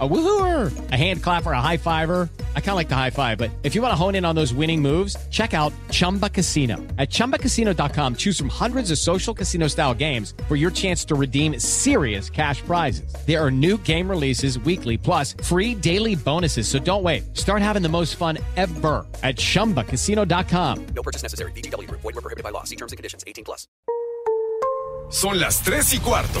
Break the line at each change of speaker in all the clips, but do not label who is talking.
A woohooer, a hand clapper, a high fiver. I kind of like the high five, but if you want to hone in on those winning moves, check out Chumba Casino. At chumbacasino.com, choose from hundreds of social casino style games for your chance to redeem serious cash prizes. There are new game releases weekly, plus free daily bonuses. So don't wait. Start having the most fun ever at chumbacasino.com.
No purchase necessary. BGW. Void were prohibited by law. See terms and conditions. 18 plus.
Son las 3 y cuarto.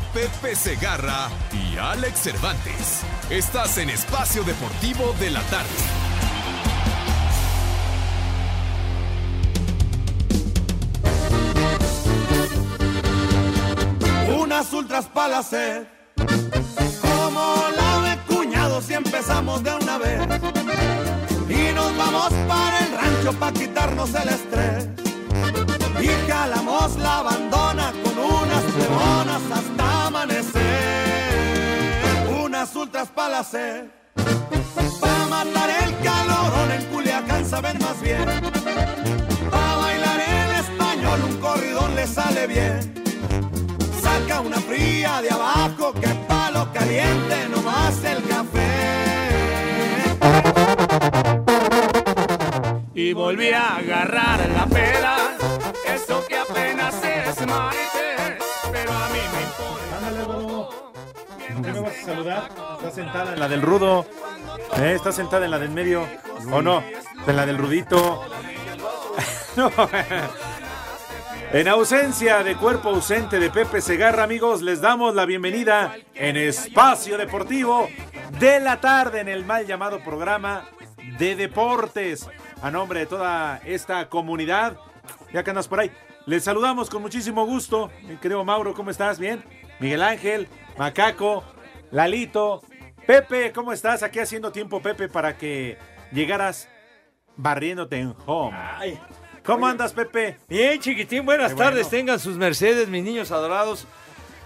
Pepe Segarra y Alex Cervantes. Estás en Espacio Deportivo de la Tarde.
unas ultras para la sed. Como la de cuñados y empezamos de una vez. Y nos vamos para el rancho para quitarnos el estrés. Y calamos la abandona con unas leonas hasta amanecer. Unas ultras para la sed. Pa' matar el calorón en Culiacán saben más bien. Pa' bailar el español un corridón le sale bien. Saca una fría de abajo que palo caliente nomás el café.
Y volví a agarrar la pela. Eso que apenas es martes, pero a mí me importa.
Ándale, Rudo. ¿Con qué me vas a saludar? Está sentada en la del Rudo. Eh, Está sentada en la del medio. ¿O no? En la del Rudito. No. En ausencia de cuerpo ausente de Pepe Segarra, amigos, les damos la bienvenida en Espacio Deportivo de la tarde en el mal llamado programa de deportes. A nombre de toda esta comunidad, ya que andas por ahí, les saludamos con muchísimo gusto. Mi querido Mauro, ¿cómo estás? ¿Bien? Miguel Ángel, Macaco, Lalito, Pepe, ¿cómo estás? Aquí haciendo tiempo, Pepe, para que llegaras barriéndote en home. ¿Cómo andas, Pepe?
Bien, chiquitín, buenas
Qué bueno.
tardes. Tengan sus mercedes, mis niños adorados.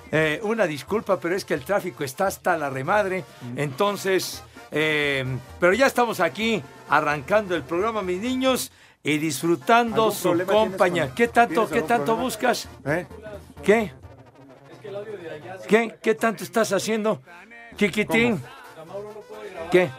Eh, una disculpa, pero es que el tráfico está hasta la remadre.
Mm.
Entonces, eh, pero ya estamos aquí arrancando el programa, mis niños, y disfrutando
¿Algún
su
problema tienes
compañía.
con-
¿Qué tanto,
tienes
qué
algún
tanto
problema?
buscas?
¿Eh?
¿Qué? ¿Qué? ¿Qué tanto estás haciendo, Chiquitín? ¿Qué?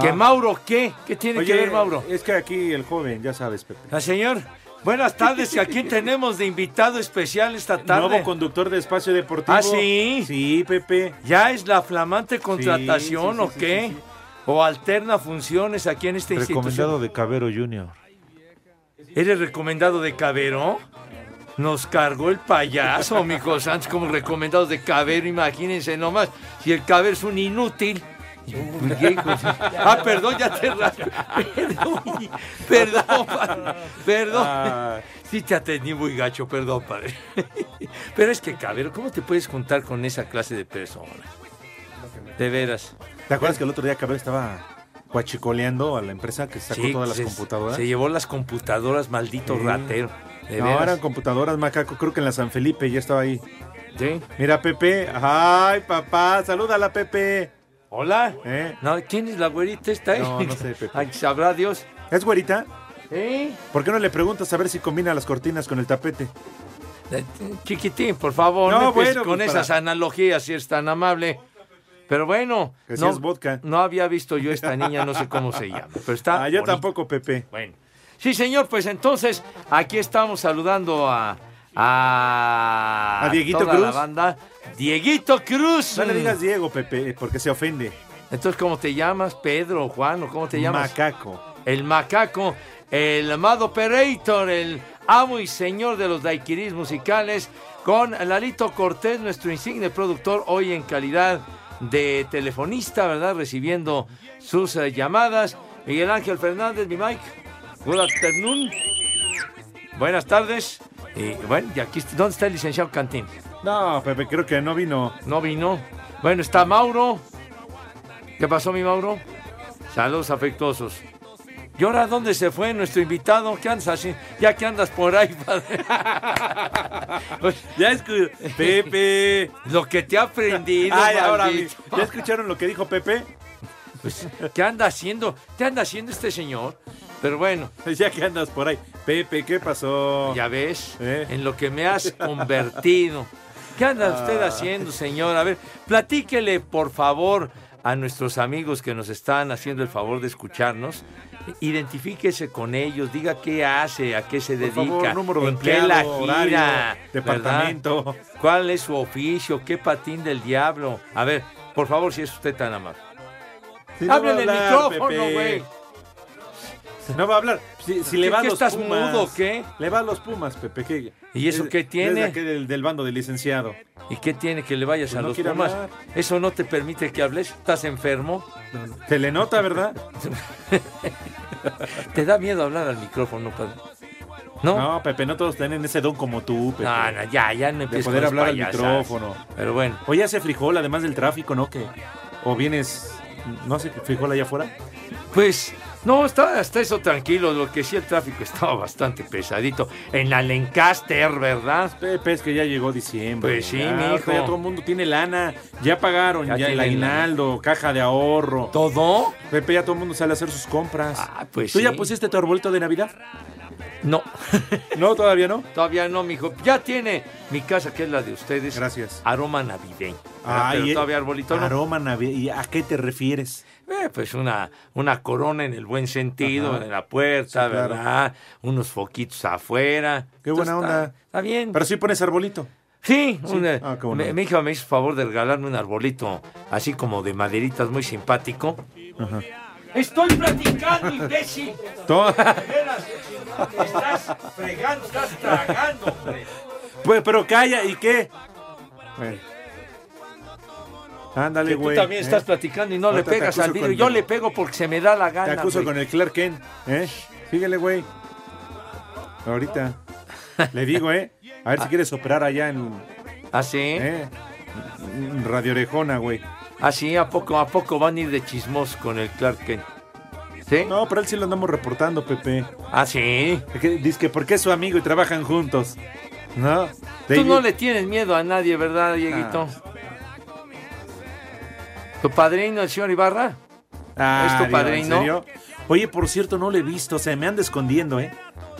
¿Que
Ah.
Mauro qué? ¿Qué tiene
Oye,
que ver Mauro?
Es que aquí el joven, ya sabes, Pepe.
Ah, señor, buenas tardes. ¿A quién tenemos de invitado especial esta tarde?
Nuevo conductor de Espacio Deportivo.
¿Ah, sí?
Sí, Pepe.
¿Ya es la flamante contratación
sí,
o
sí, sí,
qué?
sí, sí.
¿O alterna funciones aquí en esta
Recomendado de Cabero Junior.
institución? ¿Eres recomendado de Cabero? Nos cargó el payaso, mijo Sánchez, como recomendados de Cabero. Imagínense nomás, si el Cabero es un inútil. ah, perdón, ya te raspé. Perdón, perdón, padre. Perdón. Sí te atendí muy gacho, perdón, padre. Pero es que, Cabero, ¿cómo te puedes juntar con esa clase de personas? De veras.
¿Te acuerdas que el otro día Cabero estaba guachicoleando a la empresa que sacó
Sí,
todas las
se-
computadoras?
Se llevó las computadoras, maldito
Sí.
ratero. De
no,
veras.
eran computadoras, macaco. Creo que en la San Felipe ya estaba ahí.
Sí.
Mira, Pepe. Ay, papá. Salúdala, Pepe.
Hola.
¿Eh?
No, ¿Quién es la güerita esta? eh?
No, no sé, Pepe.
Ay, sabrá Dios.
¿Es güerita?
¿Eh?
¿Por qué no le preguntas a ver si combina las cortinas con el tapete?
Eh, Chiquitín, por favor, no,
No,
empieces
bueno,
con
pues,
esas
para-
analogías, si es tan amable. Pero bueno,
Que sí
no,
es vodka.
no había visto yo esta niña, no sé cómo se llama. Pero está
Ah, yo
bonita.
tampoco, Pepe.
Bueno. Sí, señor, pues entonces aquí estamos saludando a. A,
¿A Dieguito
toda la
Cruz?
banda. Dieguito Cruz.
No le digas Diego, Pepe, eh, porque se ofende.
Entonces, ¿cómo te llamas? Pedro, Juan, o cómo te llamas?
Macaco.
el macaco, el amado operator, el amo y señor de los daiquiris musicales, con Lalito Cortés, nuestro insigne productor, hoy en calidad de telefonista, ¿verdad? Recibiendo sus eh, llamadas. Miguel Ángel Fernández, mi Mike. Good afternoon. Buenas tardes. Eh, bueno, y aquí, est- ¿dónde está el licenciado Cantín?
No, Pepe, creo que no vino.
No vino. Bueno, está Mauro. ¿Qué pasó, mi Mauro? Saludos afectuosos. ¿Y ahora dónde se fue nuestro invitado? ¿Qué andas así? Ya que andas por ahí, padre. Pues,
Ya escu- Pepe.
Lo que te ha aprendido,
Ay, ahora,
maldito.
¿ya escucharon lo que dijo Pepe?
Pues, ¿Qué anda haciendo? ¿Qué anda haciendo este señor? Pero bueno,
Ya que andas por ahí. Pepe, ¿qué pasó?
ya ves,
Eh.
en lo que me has convertido. ¿Qué anda usted
Ah.
haciendo, señor? A ver, platíquele, por favor, a nuestros amigos que nos están haciendo el favor de escucharnos. Identifíquese con ellos, diga qué hace, a qué se
Por
dedica,
favor, número de
en qué la
empleado, horario,
gira,
departamento.
¿verdad? ¿Cuál es su oficio? ¿Qué patín del diablo? A ver, por favor, si es usted tan amable.
Sí, no
Háblele
va
el
a hablar,
micrófono,
Pepe.
güey.
No va a hablar. Si, si le
¿Qué-
va a
qué
los
estás
Pumas.
mudo o qué?
Le va a los Pumas, Pepe. ¿qué?
¿Y eso
Es-
qué tiene?
Es de aquel del, del bando del licenciado.
¿Y qué tiene que le vayas
Pues
a
no
los
quiere
Pumas?
hablar.
Eso no te permite que hables. ¿Estás enfermo?
Se le nota, ¿verdad?
¿Te da miedo hablar al micrófono, padre? ¿No?
No, Pepe, no todos tienen ese don como tú, Pepe.
No, no, ya, ya no empiezo
poder
con
hablar al
las
micrófono.
Pero bueno,
Hoy hace frijol, además del tráfico, ¿no? Que, o vienes, ¿no hace frijol allá afuera?
pues no, está hasta eso tranquilo. Lo que sí el tráfico estaba bastante pesadito. En la Lancaster, ¿verdad?
Pepe, es que ya llegó diciembre.
Pues sí,
ya,
mijo.
ahorita Ya todo el mundo tiene lana. Ya pagaron
Ya
ya, el
tienen lana.
aguinaldo, caja de ahorro.
¿Todo?
Pepe, ya todo el mundo sale a hacer sus compras.
Ah, pues
¿Tú ya
sí.
pusiste tu arbolito de Navidad?
No,
No, todavía no.
todavía no, mijo. Ya tiene mi casa, que es la de ustedes.
Gracias.
Aroma navideño.
Ah,
pero
y-
todavía arbolito no.
Aroma Navidad. ¿Y a qué te refieres?
Eh, pues una, una corona en el buen sentido,
Ajá.
en la puerta,
Sí, claro.
¿verdad? Unos foquitos afuera.
Qué buena
Entonces,
onda.
pues Está, está bien.
Pero sí pones arbolito.
sí,
sí.
una-
Ah, qué bueno.
me- mi hija me hizo favor de regalarme un arbolito así como de maderitas muy simpático. Estoy platicando, imbécil.
To-
De veras, Estás fregando, estás tragando, hombre.
Pues, pero calla, ¿y qué? Bueno. Ándale,
Eh. Que tú
güey.
también
¿eh?
estás platicando y no le
Ahorita te
pegas
acuso
al vidrio.
con-
Yo le pego porque se me da la gana.
Te acuso
güey.
con el Clark Kent, ¿eh? Síguele, güey. Ahorita. Le digo, ¿eh? A ver si quieres operar allá en
¿Ah, sí?
¿eh? en Radio Orejona, güey.
Así, Ah, ¿a poco, a poco van a ir de chismos con el Clark Kent? ¿Sí?
No, pero a él sí lo andamos reportando, Pepe.
Ah, sí.
Dice que porque es su amigo y trabajan juntos. ¿No?
Tú
David-
no le tienes miedo a nadie, ¿verdad, Dieguito?
Ah,
¿Tu padrino, el señor Ibarra?
Ah,
¿Es tu
Dios,
padrino?
¿en serio? Oye, por cierto, no lo he visto. Se me anda escondiendo, ¿eh?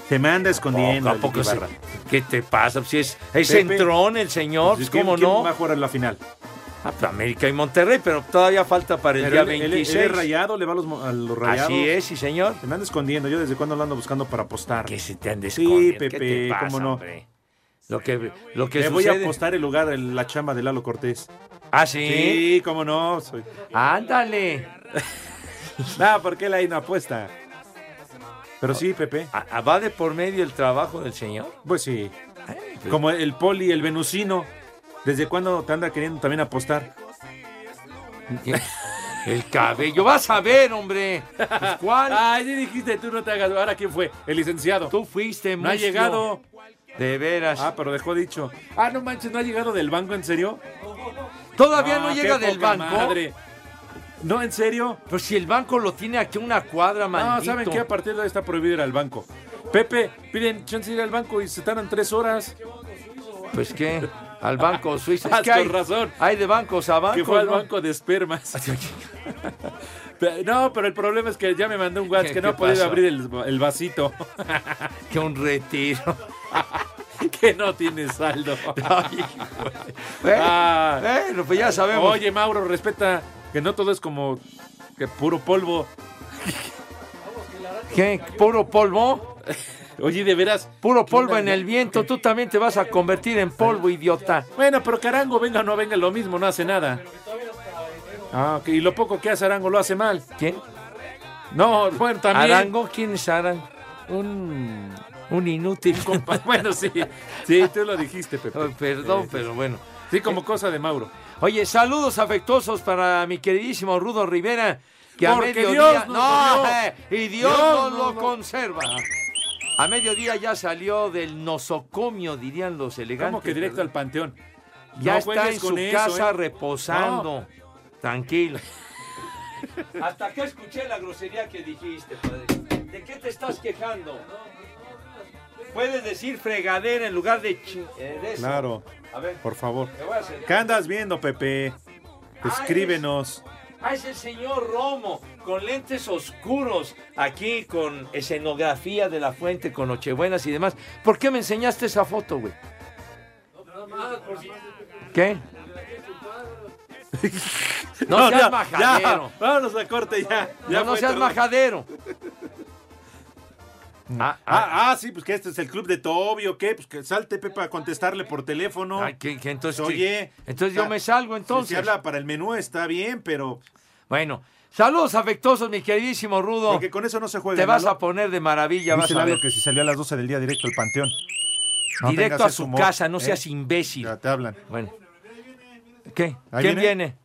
Se me anda escondiendo.
¿A
el
poco se-
Ibarra.
¿Qué te pasa? Si es, es
Pepe.
entrón el señor,
Pues,
¿cómo
¿quién-
no?
quién va a jugar en la final?
Ah, pues, América y Monterrey, pero todavía falta para el
Pero
día
él- él- él
26.
es rayado, le va a los, mo- a los rayados.
Así es, sí, señor.
Se me anda escondiendo. Yo desde cuándo lo ando buscando para apostar.
Que se te han
Sí,
escondiendo. ¿Qué
Pepe,
te pasa,
¿cómo no?
hombre? Lo que, lo que
Le voy a
sucede-
apostar el lugar, el- la chamba de Lalo Cortés.
Ah, sí. Ah,
Sí, cómo no. Soy...
Ándale.
Nah, Ah, ¿por qué él ahí no apuesta? Pero sí, Pepe.
¿Ah, ah, ¿Va de por medio el trabajo del señor?
Pues sí.
Ay, pues,
Como el Poli, el Venusino. ¿Desde cuándo te anda queriendo también apostar?
¿qué? El cabello. Vas a ver, hombre. Pues, ¿Cuál?
ya dijiste, tú no te hagas. ¿Ahora quién fue? El licenciado.
Tú fuiste,
No ha
muslo.
llegado.
De veras.
Ah, pero dejó dicho. Ah, no manches, ¿no ha llegado del banco, en serio?
Todavía no
Ah, qué
llega del
poca
banco.
madre. No, en serio.
Pero si el banco lo tiene aquí a una cuadra,
No,
maldito.
¿saben qué? A partir de ahí está prohibido ir al banco. Pepe, piden chance de ir al banco y se tardan tres horas.
Pues qué. Al banco suizo. Es
Has
que hay,
con razón.
Hay de bancos a bancos.
que fue al
¿no?
banco de espermas. Pe- no, pero el problema es que ya me mandó un
¿Qué-
WhatsApp que no
qué
ha podido
pasó?
abrir el, el vasito,
Que un retiro.
que no tiene saldo.
Ay, güey.
Ah.
Bueno, pues ya sabemos.
Oye, Mauro, respeta que no todo es como que puro polvo.
¿Qué? ¿Puro polvo?
Oye, de veras.
Puro polvo en el viento, tú también te vas a convertir en polvo, idiota.
Bueno, pero que Arango venga o no venga, lo mismo, no hace nada. Ah, ok, y lo poco que hace Arango lo hace mal.
¿Quién?
No, bueno, también.
¿Arango? ¿Quién es Arango? Un, un inútil.
Compa- Bueno, sí, sí, tú lo dijiste, Pepe.
Ay, Perdón,
Eh,
pero bueno.
Sí, como cosa de Mauro.
Oye, saludos afectuosos para mi queridísimo Rudo Rivera, que a
Porque
mediodía...
Dios nos
¡No!
lo Ah, dio.
eh, y Dios,
Dios
nos
nos
lo
lo-
conserva. A mediodía ya salió del nosocomio, dirían los elegantes.
Como que directo al
¿verdad?
panteón.
Ya
No
está
juegues
en su
con eso,
casa
¿eh?
reposando. Tranquilo. Hasta que escuché la grosería que dijiste, padre. ¿De qué te estás quejando? Puedes decir fregadera en lugar de... chi- eh, de eso.
Claro,
A ver,
por favor.
te voy a hacer-
¿Qué andas viendo, Pepe? Escríbenos.
Ah, es el señor Romo, con lentes oscuros, aquí con escenografía de la fuente, con Nochebuenas y demás. ¿Por qué me enseñaste esa foto, güey? ¿Qué? No seas
ya,
majadero.
ya, vámonos a corte ya. ya
No, no
fue
seas
tarde.
majadero. Ah, ah,
Ah, ah, sí, pues que este es el club de Tobio, ¿qué? Pues que salte Pepe a contestarle por teléfono. Pues,
ah, que- que entonces, que-
Oye.
entonces
está-
yo me salgo
Si
entonces.
se habla para el menú está bien, pero
Bueno, saludos afectuosos, mi queridísimo Rudo.
porque con eso no se juega.
Te vas
¿no?
a poner de maravilla, vas
Dice
a
Lalo
ver.
que si salió a las 12 del día directo al panteón. No
Directo
tengas
a
ese
su
humor,
casa, no
¿eh?
seas imbécil.
Ya te hablan.
Bueno. ¿Qué?
¿Ahí
¿Quién
viene?
viene?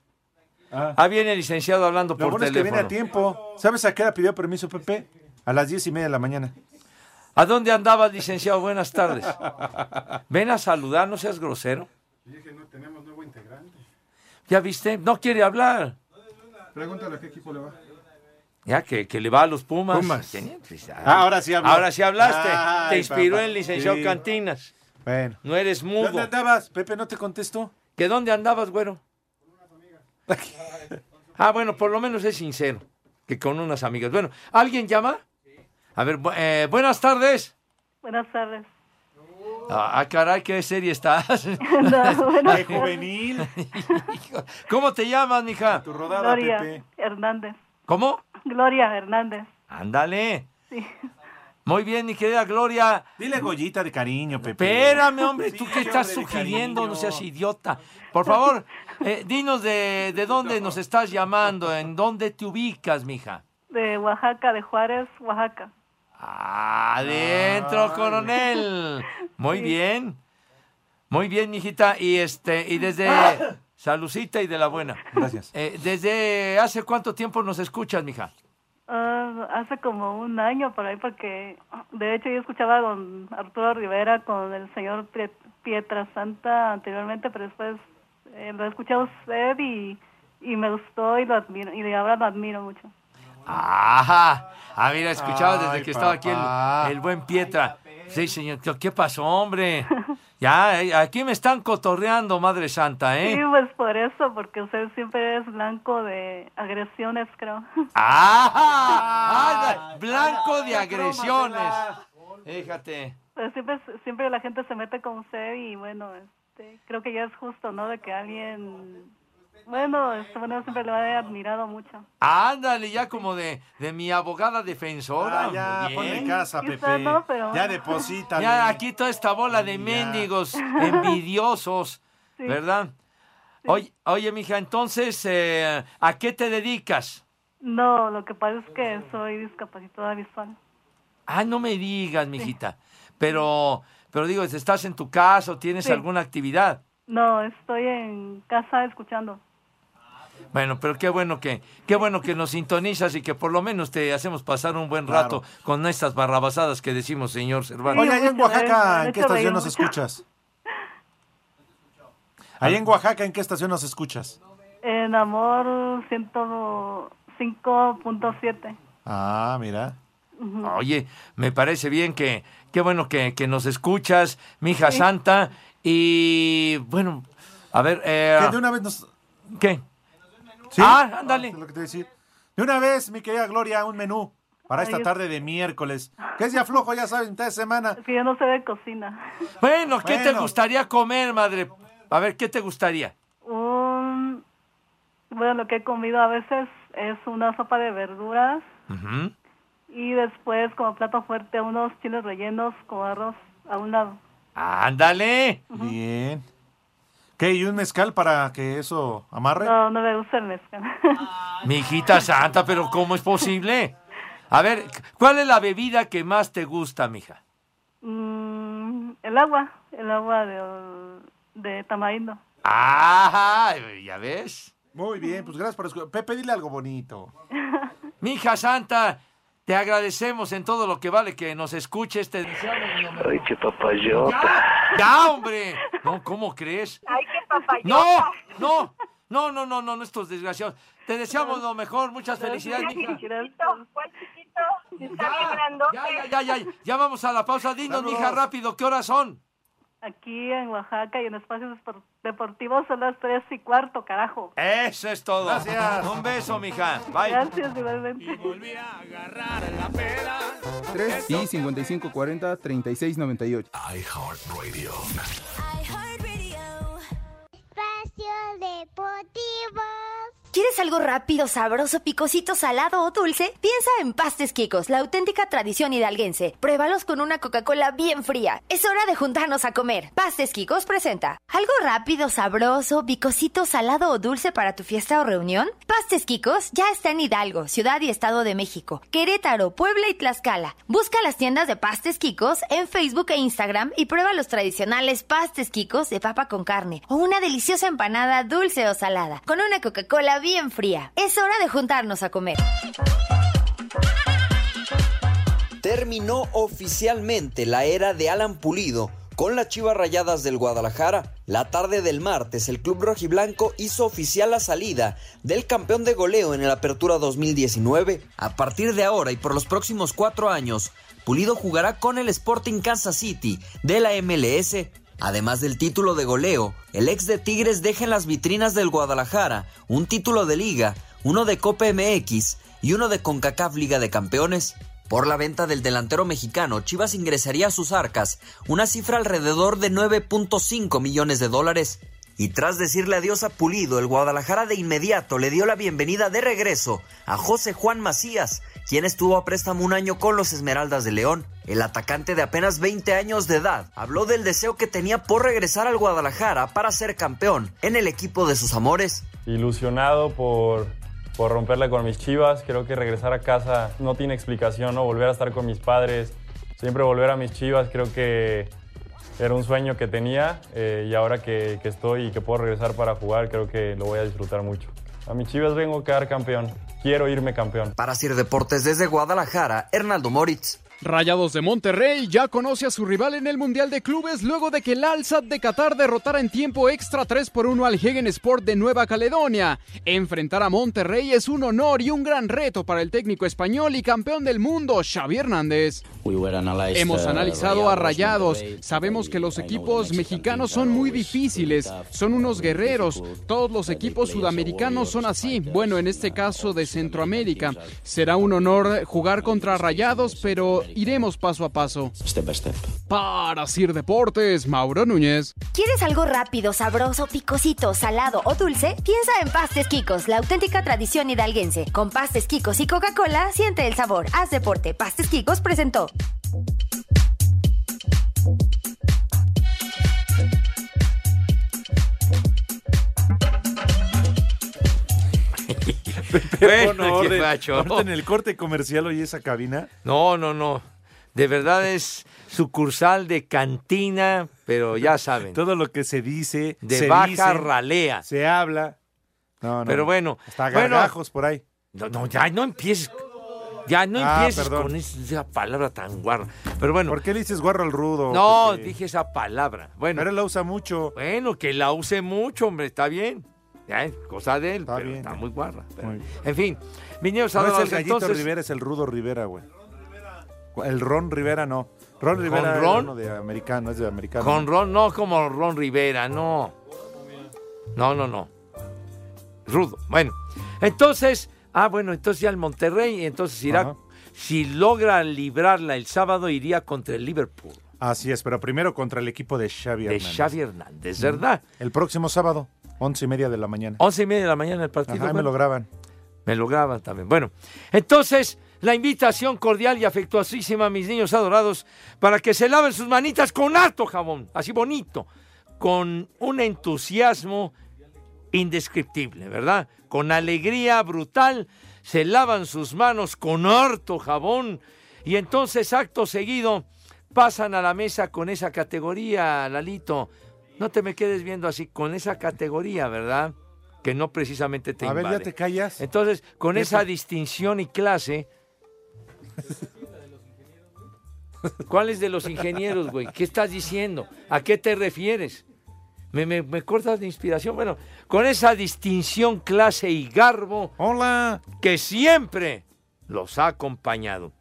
Ah.
Ah, viene el licenciado hablando
Lo
por
bueno es que
teléfono.
viene a tiempo. ¿Sabes a qué hora pidió permiso Pepe? A las 10 y media de la mañana.
¿A dónde andabas, licenciado? Buenas tardes. Ven a saludar, no seas grosero. Dije, no tenemos nuevo integrante. ¿Ya viste? No quiere hablar.
Pregúntale a qué equipo le va.
Ya que, que le va a los Pumas.
Pumas.
Sí, pues, ah.
Ah, ahora sí habló.
Ahora sí hablaste. Te
Ay,
inspiró
papá.
el licenciado
Sí.
Cantinas.
Bueno.
No eres
¿Dónde
mudo.
andabas? Pepe no te contestó.
¿Que dónde andabas, güero? ah, bueno, por lo menos es sincero. Que con unas amigas. Bueno, ¿alguien llama? A ver, bu- eh, buenas tardes.
Buenas tardes.
Ah, ah, caray, qué serie estás.
No, buenas
¡Qué juvenil!
¿Cómo te llamas, mija?
Tu rodada,
Gloria
Pepe.
Hernández.
¿Cómo?
Gloria Hernández.
Ándale.
Sí.
Muy bien, mi querida Gloria.
Dile Goyita de cariño, Pepe.
Espérame, hombre, tú
Sí,
qué estás
hombre, de
sugiriendo, no
cariño.
seas idiota. Por favor, eh, dinos de, de dónde nos estás llamando, en dónde te ubicas, mija.
De Oaxaca, de Juárez, Oaxaca.
Adentro, coronel. Muy bien. Muy bien, mijita. Y este, y desde Salucita y de la buena.
Ah. Gracias.
Eh, ¿Desde hace cuánto tiempo nos escuchas, mija?
Ah, hace como un año por ahí, porque de hecho yo escuchaba con Arturo Rivera, con el señor Pie- Pietra Santa anteriormente, pero después eh, lo he escuchado a usted y, y me gustó y lo admiro, y de ahora lo admiro mucho.
Ajá. Ah, mira, escuchaba desde
Ay,
que estaba aquí
papá.
el, el buen Pietra. Sí, señor. ¿Qué- ¿Qué pasó, hombre? Ya, eh, aquí me están cotorreando, Madre Santa,
Sí,
¿eh?
pues por eso, porque usted siempre es blanco de agresiones, creo.
¡Ajá! Anda, Blanco de agresiones. Fíjate.
Pero siempre, siempre la gente se mete con usted y bueno, este, creo que ya es justo, ¿no? De que alguien, bueno, este, bueno, siempre lo he admirado mucho.
Ándale, ya como de, de mi abogada defensora.
Ah, ya,
Muy bien.
ponle casa,
Quizá
Pepe.
no, pero-
Ya deposita.
Ya aquí toda esta bola de mendigos envidiosos,
Sí.
¿verdad? Oye, oye, mija, entonces, eh, ¿a qué te dedicas?
No, lo que pasa es que soy discapacitada visual.
Ah, no me digas, mijita. Pero, pero digo, ¿estás en tu casa o tienes
Sí.
alguna actividad?
No, estoy en casa escuchando.
Bueno, pero qué bueno que, qué bueno que nos sintonizas y que por lo menos te hacemos pasar un buen
Claro.
rato con estas barrabasadas que decimos, señor Cervantes.
Oye, allá en
mucho, me
Oaxaca,
han
¿en qué
hecho
estación
reír
nos
mucho.
escuchas? Allá en Oaxaca, ¿en qué estación nos escuchas?
En Amor 105.7.
Ah, mira.
Oye, me parece bien que, qué bueno que, que nos escuchas, mi hija santa. Y bueno, a ver, eh,
Que de una vez nos...
¿qué?
¿Sí?
Ah, ándale.
es lo que te iba a decir. De una vez, mi querida Gloria, un menú para esta
Ay,
tarde de miércoles. Que es día flojo, ya sabes, mitad de semana.
Es que yo no sé de cocina.
Bueno, ¿qué te
Bueno.
gustaría comer, madre? A ver, ¿qué te gustaría?
Un, bueno, lo que he comido a veces es una sopa de verduras
Ujú.
Y después, como plato fuerte, unos chiles rellenos con arroz a un lado.
Ándale.
Bien. ¿Qué? ¿Y un mezcal para que eso amarre?
No, no me gusta el mezcal.
Mi hijita santa, pero ¿cómo es posible? A ver, ¿cuál es la bebida que más te gusta, mija?
Mm, el agua, el agua de, de tamarindo.
Ajá, ya ves.
Muy bien, pues gracias por escuchar. Pepe, dile algo bonito.
Mi hija santa, Te agradecemos en todo lo que vale que nos escuches. Te deseamos lo mejor.
Ay, qué papayota.
¡Ya, hombre! No, ¿cómo crees?
Ay, qué papayota.
¡No! ¡No! No, no, no, no, no, estos desgraciados. Te deseamos lo mejor, muchas felicidades, mija.
Chiquito, ¿Cuál chiquito? Si está bien grandote.
Ya, ya, ya, ya, ya vamos a la pausa. Dinos, mija, rápido, ¿qué horas son?
Aquí en Oaxaca y en espacios espor- deportivos son las tres y cuarto, carajo.
Eso es todo. Gracias. Un beso, mija. Bye.
Gracias, igualmente.
y 5540 3698.
iHeartRadio.
Espacio Deportivo.
¿Quieres algo rápido, sabroso, picosito, salado o dulce? Piensa en Pastes Quicos, la auténtica tradición hidalguense. Pruébalos con una Coca-Cola bien fría. Es hora de juntarnos a comer. Pastes Quicos presenta. ¿Algo rápido, sabroso, picosito, salado o dulce para tu fiesta o reunión? Pastes Quicos ya está en Hidalgo, Ciudad y Estado de México, Querétaro, Puebla y Tlaxcala. Busca las tiendas de Pastes Quicos en Facebook e Instagram y prueba los tradicionales pastes Quicos de papa con carne o una deliciosa empanada dulce o salada con una Coca-Cola bien fría. Es hora de juntarnos a comer.
Terminó oficialmente la era de Alan Pulido con las Chivas Rayadas del Guadalajara. La tarde del martes, el club rojiblanco hizo oficial la salida del campeón de goleo en el Apertura 2019. A partir de ahora y por los próximos cuatro años, Pulido jugará con el Sporting Kansas City de la MLS. Además del título de goleo, el ex de Tigres deja en las vitrinas del Guadalajara un título de liga, uno de Copa MX y uno de CONCACAF Liga de Campeones. Por la venta del delantero mexicano, Chivas ingresaría a sus arcas una cifra alrededor de 9.5 millones de dólares. Y tras decirle adiós a Pulido, el Guadalajara de inmediato le dio la bienvenida de regreso a José Juan Macías, quien estuvo a préstamo un año con los Esmeraldas de León. El atacante de apenas 20 años de edad habló del deseo que tenía por regresar al Guadalajara para ser campeón en el equipo de sus amores.
Ilusionado por, por romperla con mis chivas. Creo que regresar a casa no tiene explicación, ¿no? Volver a estar con mis padres, siempre volver a mis chivas, creo que era un sueño que tenía eh, y ahora que, que estoy y que puedo regresar para jugar, creo que lo voy a disfrutar mucho. A mis chivas vengo a quedar campeón. Quiero irme campeón.
Para Sir Deportes desde Guadalajara, Hernaldo Moritz.
Rayados de Monterrey ya conoce a su rival en el Mundial de Clubes luego de que el Alsat de Qatar derrotara en tiempo extra 3 por 1 al Hegen Sport de Nueva Caledonia. Enfrentar a Monterrey es un honor y un gran reto para el técnico español y campeón del mundo, Xavi Hernández. Hemos analizado a Rayados. Sabemos que los equipos mexicanos son muy difíciles, son unos guerreros. Todos los equipos sudamericanos son así. Bueno, en este caso de Centroamérica. Será un honor jugar contra Rayados, pero iremos paso a paso. Para Sir Deportes, Mauro Núñez.
¿Quieres algo rápido, sabroso, picosito, salado o dulce? Piensa en Pastes Quicos, la auténtica tradición hidalguense. Con Pastes Quicos y Coca-Cola, siente el sabor. Haz deporte. Pastes Quicos presentó.
Bueno, qué facho,
ahorita
¿no?
en el corte comercial oye esa cabina.
No, no, no. De verdad es sucursal de cantina, pero ya saben.
Todo lo que se dice,
De
se
baja
dice,
ralea.
Se habla. No, no.
Pero bueno,
Hasta
bueno.
gargajos por ahí.
No, no, ya no empieces. Ya no
Ah,
empieces
perdón.
con esa palabra tan guarra. Pero bueno.
¿Por qué le dices guarro al rudo?
No,
Pepe?
dije esa palabra. Bueno.
Pero él la usa mucho.
Bueno, que la use mucho, hombre, está bien. Ya, es cosa de él,
Está
pero
bien.
está muy guarra. pero-
Muy bien.
En fin, vinieron
No es el
adorados,
gallito
entonces-
Rivera, es el rudo Rivera, güey. El Ron Rivera no. Ron Rivera
Ron?
es de americano, es de americano.
Con Ron, no como Ron Rivera, no. No, no, no. Rudo. Bueno, entonces, ah, bueno, entonces ya el Monterrey, entonces irá,
Ajá.
si logra librarla el sábado, iría contra el Liverpool
Así es, pero primero contra el equipo de Xavi
de
Hernández.
Xavi Hernández, ¿verdad?
El próximo sábado, once y media de la mañana.
Once y media de la mañana el partido.
Ajá, me
bueno.
lo graban.
Me lo graban también. Bueno, entonces, la invitación cordial y afectuosísima, mis niños adorados, para que se laven sus manitas con harto jabón, así bonito, con un entusiasmo indescriptible, ¿verdad? Con alegría brutal, se lavan sus manos con harto jabón y entonces, acto seguido, pasan a la mesa con esa categoría, Lalito. No te me quedes viendo así, con esa categoría, ¿verdad? Que no precisamente te
A ver, ya
invade.
te callas.
Entonces, con
Eso.
esa distinción y clase ¿Cuál es de los ingenieros, güey? ¿Qué estás diciendo? ¿A qué te refieres? Me, me- me cortas de inspiración. Bueno, con esa distinción, clase y garbo. Hola. Que siempre los ha acompañado.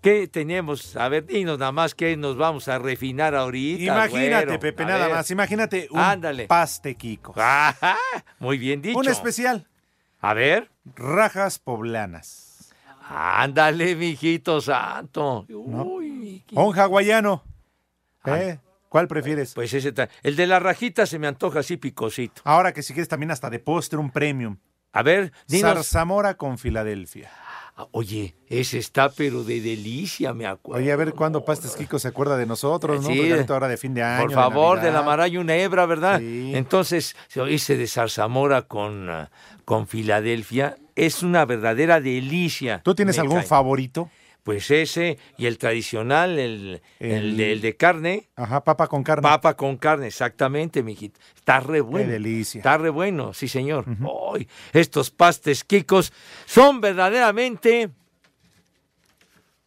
¿Qué tenemos? A ver, dinos nada más que nos vamos a refinar ahorita.
Imagínate,
güero.
Pepe,
A
nada
ver.
más. Imagínate un
Ándale.
paste Kiko.
Muy bien dicho.
Un especial.
A ver.
Rajas poblanas.
Ándale, mijito santo. Uy,
O un hawaiano. ¿Eh? ¿Cuál prefieres?
Pues ese ta- El de la rajita se me antoja así picosito.
Ahora que si quieres también hasta de postre un premium.
A ver, dinos.
Zarzamora con Filadelfia.
Ah, Oye, ese está pero de delicia, me acuerdo.
Oye, a ver cuándo Pastes Kiko se acuerda de nosotros, ¿no?
Sí.
Regalito ahora de fin de año.
Por favor, de la
Navidad.
mara hay una hebra, ¿verdad? Entonces, ese de zarzamora con, ah, con Filadelfia es una verdadera delicia.
¿Tú tienes
Me
algún
cae.
favorito?
Pues ese y el tradicional, el, el
El-
de, el de carne.
Ajá, papa con carne.
Papa con carne, exactamente, mijito. Está re bueno.
delicia.
Está re bueno, sí, señor. Ay, estos pastes quicos son verdaderamente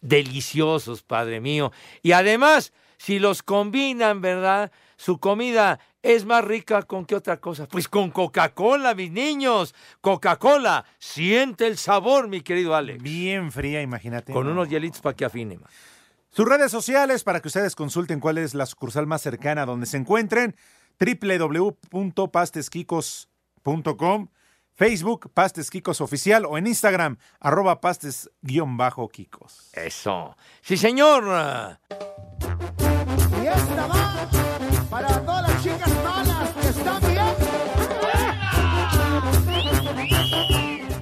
deliciosos, padre mío. Y además, si los combinan, ¿verdad? Su comida es más rica con qué otra cosa. Pues con Coca-Cola, mis niños. Coca-Cola, siente el sabor, mi querido Alex.
Bien fría, imagínate.
Con unos hielitos para que afine. ma.
Sus redes sociales para que ustedes consulten cuál es la sucursal más cercana donde se encuentren. www.pastesquicos.com, Facebook Pastes Quicos Oficial o en Instagram arroba pastes-quicos.
Eso. Sí, señor.
Y esta va para todas las chicas malas que están viendo.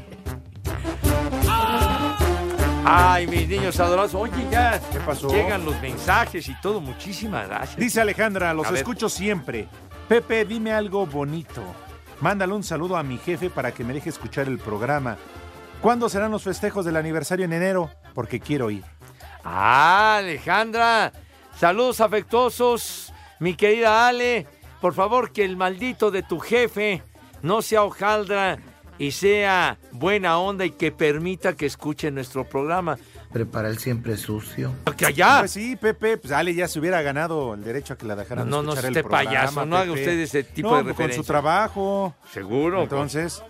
Ay, mis niños adorados. Oye, ya
pasó?
llegan los mensajes y todo. Muchísimas gracias.
Dice Alejandra, los
A ver.
escucho siempre. Pepe, dime algo bonito. Mándale un saludo a mi jefe para que me deje escuchar el programa. ¿Cuándo serán los festejos del aniversario en enero? Porque quiero ir.
Ah, Alejandra. Saludos afectuosos, mi querida Ale. Por favor, que el maldito de tu jefe no sea hojaldra y sea buena onda y que permita que escuche nuestro programa.
Prepara el siempre sucio.
Que allá.
Pues sí, Pepe, pues Ale ya se hubiera ganado el derecho a que la dejaran
No, no,
escuchar
no,
el
usted
programa,
payaso, no haga
Pepe.
usted ese tipo
No,
de
pues Con
referencia.
su trabajo.
Seguro.
Entonces.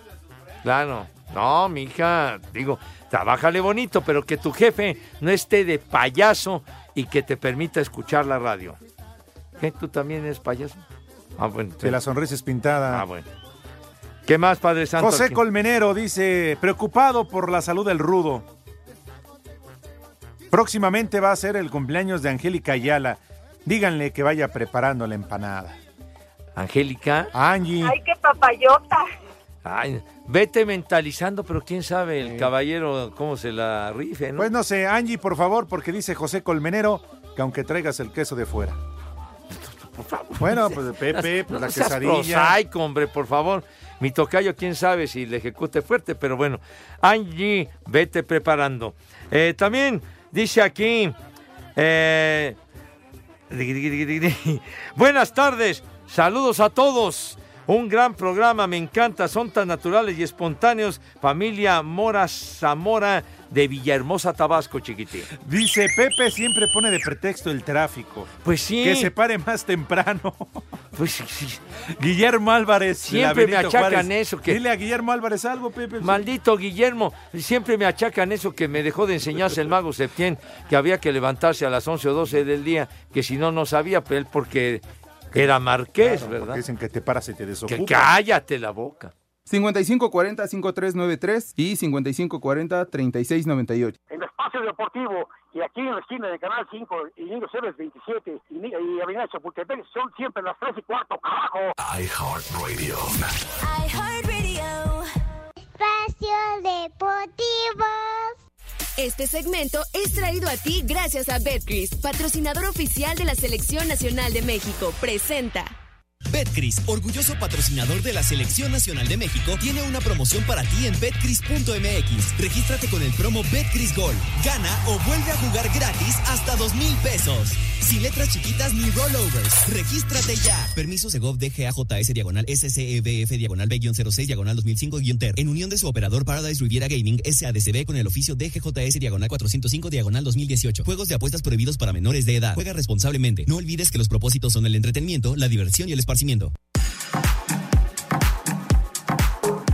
Claro. No, mija, digo, trabájale bonito, pero que tu jefe no esté de payaso y que te permita escuchar la radio. ¿Qué? ¿Tú también eres payaso? Ah, bueno.
Que la sonrisa es pintada.
Ah, bueno. ¿Qué más, Padre Santo?
José
aquí?
Colmenero dice, preocupado por la salud del rudo. Próximamente va a ser el cumpleaños de Angélica Ayala. Díganle que vaya preparando la empanada.
Angélica.
Angie.
Ay, qué papayota.
Ay, vete mentalizando, pero quién sabe el caballero cómo se la rife, ¿no?
Pues no sé, Angie, por favor, porque dice José Colmenero que aunque traigas el queso de fuera. Bueno, pues Pepe, pues
No
la
seas
quesadilla.
prosaico, hombre, por favor. Mi tocayo, quién sabe si le ejecute fuerte, pero bueno. Angie, vete preparando. Eh, también dice aquí. eh, Buenas tardes, saludos a todos. Un gran programa, me encanta, son tan naturales y espontáneos. Familia Mora Zamora de Villahermosa, Tabasco, chiquitín.
Dice Pepe siempre pone de pretexto el tráfico.
Pues sí.
Que se pare más temprano.
Pues sí.
Guillermo Álvarez. de la
Siempre me
Benito
achacan
Juárez.
eso. Que...
Dile a Guillermo Álvarez algo, Pepe.
Maldito Guillermo, siempre me achacan eso que me dejó de enseñarse el mago Septién, que había que levantarse a las 11 o 12 del día, que si no, no sabía, pero él porque era marqués,
Claro,
¿verdad?
porque dicen que te paras y te
Que
desocupas.
cállate la boca.
5540-5393 y 5540-3698.
en el espacio deportivo y aquí en la esquina de Canal 5 y Niño Ceres 27 y, Ni- y Avenida Chapultepec son siempre las 3 y cuarto, carajo.
iHeartRadio.
Espacio Deportivo.
Este segmento es traído a ti gracias a Betcris, patrocinador oficial de la Selección Nacional de México. Presenta.
Betcris, orgulloso patrocinador de la Selección Nacional de México, tiene una promoción para ti en betcris.mx. Regístrate con el promo Betcris Gol. Gana o vuelve a jugar gratis hasta dos mil pesos. sin letras chiquitas ni rollovers. Regístrate ya. Permiso Segov DGAJS diagonal SCEBF diagonal B-06 diagonal 2005-TER. En unión de su operador Paradise Riviera Gaming SADCB con el oficio DGJS diagonal 405 diagonal 2018. Juegos de apuestas prohibidos para menores de edad. Juega responsablemente. No olvides que los propósitos son el entretenimiento, la diversión y el esparcimiento.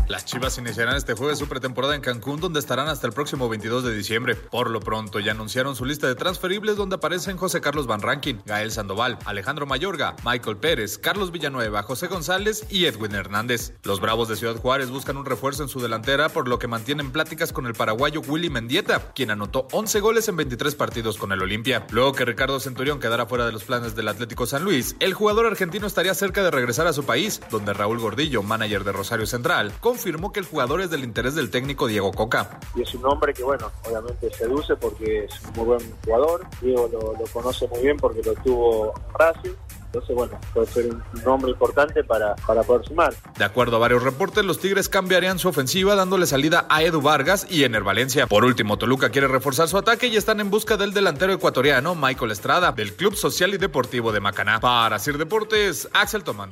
Las Chivas iniciarán este jueves su pretemporada en Cancún, donde estarán hasta el próximo 22 de diciembre. Por lo pronto, ya anunciaron su lista de transferibles, donde aparecen José Carlos Van Rankin, Gael Sandoval, Alejandro Mayorga, Michael Pérez, Carlos Villanueva, José González y Edwin Hernández. Los Bravos de Ciudad Juárez buscan un refuerzo en su delantera, por lo que mantienen pláticas con el paraguayo Willy Mendieta, quien anotó 11 goles en 23 partidos con el Olimpia. Luego que Ricardo Centurión quedara fuera de los planes del Atlético San Luis, el jugador argentino estaría cerca de regresar a su país, donde Raúl Gordillo, manager de Rosario Central, confirmó que el jugador es del interés del técnico Diego Coca.
Y es un hombre que, bueno, obviamente seduce porque es un muy buen jugador. Diego lo, lo conoce muy bien porque lo tuvo Racing. Entonces, bueno, puede ser un, un hombre importante para, para poder sumar.
De acuerdo a varios reportes, los Tigres cambiarían su ofensiva dándole salida a Edu Vargas y Ener Valencia. Por último, Toluca quiere reforzar su ataque y están en busca del delantero ecuatoriano Michael Estrada del Club Social y Deportivo de Macaná. Para Sir Deportes, Axel Tomán.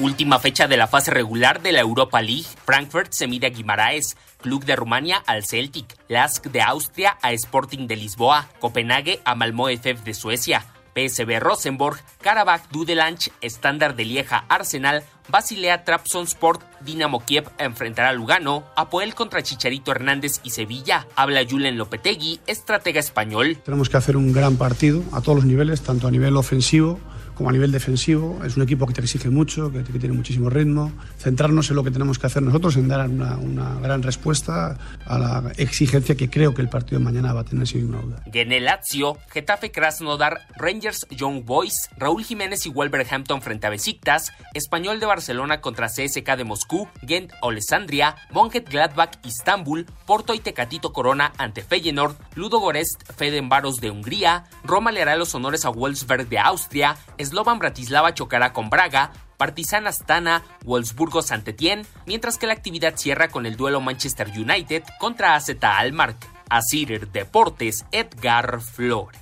Última fecha de la fase regular de la Europa League. Frankfurt se mide a Guimaraes, Club de Rumania al Celtic, Lask de Austria a Sporting de Lisboa, Copenhague a Malmö FF de Suecia, PSV Rosenborg, Karabakh Dudelange, Estándar de Lieja Arsenal, Basilea Trabzonsport, Dinamo Kiev enfrentará a Lugano, Apoel contra Chicharito Hernández y Sevilla. Habla Julen Lopetegui, estratega español.
Tenemos que hacer un gran partido a todos los niveles, tanto a nivel ofensivo como a nivel defensivo. Es un equipo que te exige mucho, que, que, tiene muchísimo ritmo. Centrarnos en lo que tenemos que hacer nosotros, en dar una, una gran respuesta a la exigencia que creo que el partido de mañana va a tener sin ninguna duda.
Gene Lazio, Getafe Krasnodar, Rangers Young Boys, Raúl Jiménez y Wolverhampton frente a Besiktas, Español de Barcelona contra CSK de Moscú, Gent Olesandria, Monget Gladbach Istanbul, Porto y Tecatito Corona ante Feyenoord, Ludo Gorest Fedenbaros de Hungría, Roma le hará los honores a Wolfsberg de Austria, Slovan Bratislava chocará con Braga, Partizan Astana, Wolfsburgo Santetien, mientras que la actividad cierra con el duelo Manchester United contra AZ Almark. Asir Deportes, Edgar Flores.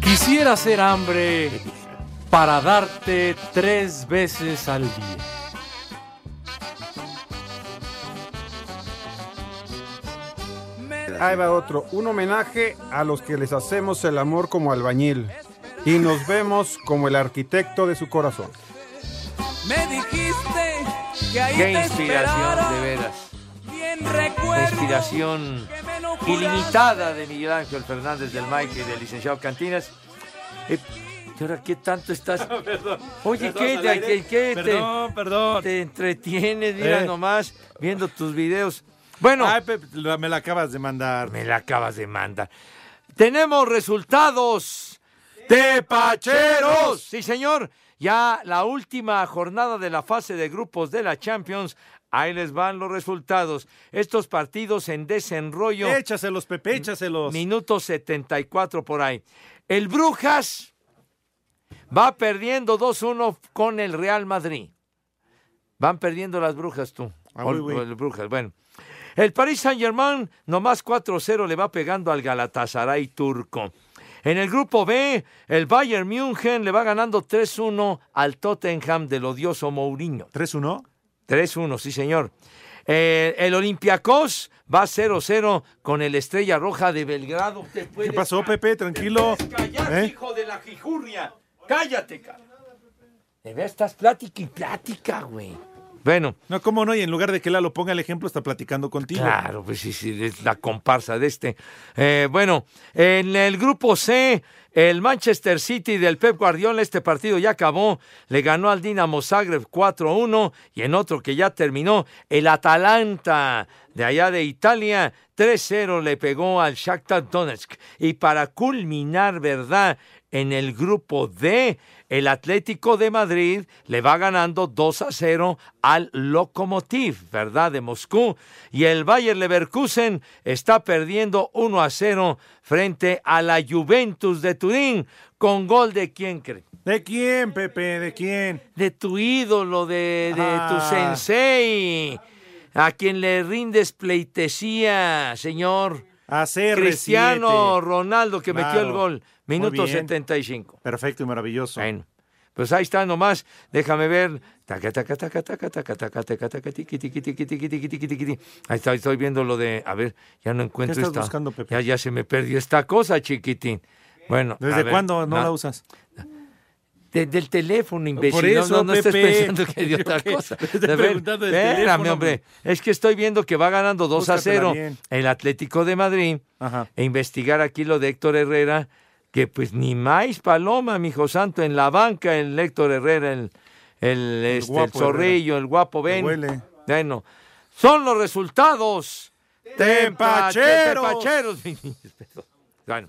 Quisiera hacer hambre para darte tres veces al día.
Ahí va otro. Un homenaje a los que les hacemos el amor como albañil. Y nos vemos como el arquitecto de su corazón.
Me dijiste que ahí
Qué
te
inspiración, de veras.
Bien
La
recuerdo.
inspiración ilimitada de Miguel Ángel Fernández del Mike y del licenciado Cantinas. Eh, ¿Y ahora qué tanto estás? Oye,
perdón,
¿qué,
al
te-
aire.
qué te,
Perdón,
te entretienes? Mira
Eh.
nomás, viendo tus videos. Bueno.
Ay, Pepe, la- me la acabas de mandar.
Me la acabas de mandar. Tenemos resultados. ¡Tepacheros! Sí, señor. Ya la última jornada de la fase de grupos de la Champions. Ahí les van los resultados. Estos partidos en desenrollo.
Échaselos, Pepe, échaselos.
Minuto 74 por ahí. El Brujas va perdiendo 2-1 con el Real Madrid. Van perdiendo las brujas tú.
Ah,
O-
uy, uy.
o las brujas, bueno. El Paris Saint-Germain nomás 4-0 le va pegando al Galatasaray turco. En el grupo B, el Bayern München le va ganando 3-1 al Tottenham del odioso Mourinho.
¿3-1?
3-1, sí señor. Eh, el Olympiacos va 0-0 con el Estrella Roja de Belgrado. ¿Te
¿Qué
puedes
pasó, Pepe? Tranquilo.
Cállate,
¿Eh?
hijo de la jijurria. Cállate, cabrón. De veras estás plática y plática, güey. Bueno.
No, cómo no, y en lugar de que Lalo ponga el ejemplo, está platicando contigo.
Claro, pues sí, sí, es la comparsa de este. Eh, bueno, en el grupo C, el Manchester City del Pep Guardiola, este partido ya acabó, le ganó al Dinamo Zagreb 4-1 y en otro que ya terminó, el Atalanta de allá de Italia 3-0 le pegó al Shakhtar Donetsk. Y para culminar, ¿verdad? En el grupo D, el Atlético de Madrid le va ganando 2 a 0 al Lokomotiv, ¿verdad? De Moscú. Y el Bayer Leverkusen está perdiendo 1 a 0 frente a la Juventus de Turín con gol de quién cree.
¿De quién, Pepe? ¿De quién?
De tu ídolo, de, de tu
Ah.
sensei, a quien le rindes pleitesía, señor.
A CR7.
Cristiano Ronaldo que metió
Claro.
el gol.
Muy
Minuto
bien.
75.
Perfecto y maravilloso.
Bueno, pues ahí está nomás. Déjame ver. Taca, taca, taca, taca, taca, taca, taca, taca, tiqui, tiqui, tiqui, tiqui, tiqui, tiqui, tiqui. Ahí está, estoy viendo lo de. A ver, ya no encuentro
estás
esta.
buscando, Pepe?
Ya, ya se me perdió esta cosa, chiquitín. Bueno. a
¿Desde
ver,
cuándo no
na-
la usas?
Desde el teléfono, imbécil.
Por
No,
eso,
no, no estés
Pepe.
pensando que de otra
Yo que
cosa.
te estoy
A
preguntando del
espérame,
teléfono,
hombre. Es que estoy viendo que va ganando 2 a
Búscatela
0
bien.
el Atlético de Madrid. E investigar aquí lo de Héctor Herrera, que pues ni más paloma, mijo santo, en la banca el Héctor Herrera, el, el, este, el
guapo
zorrillo, el guapo, ven.
huele.
Bueno, son los resultados.
¡Tempacheros!
Tempacheros. Bueno.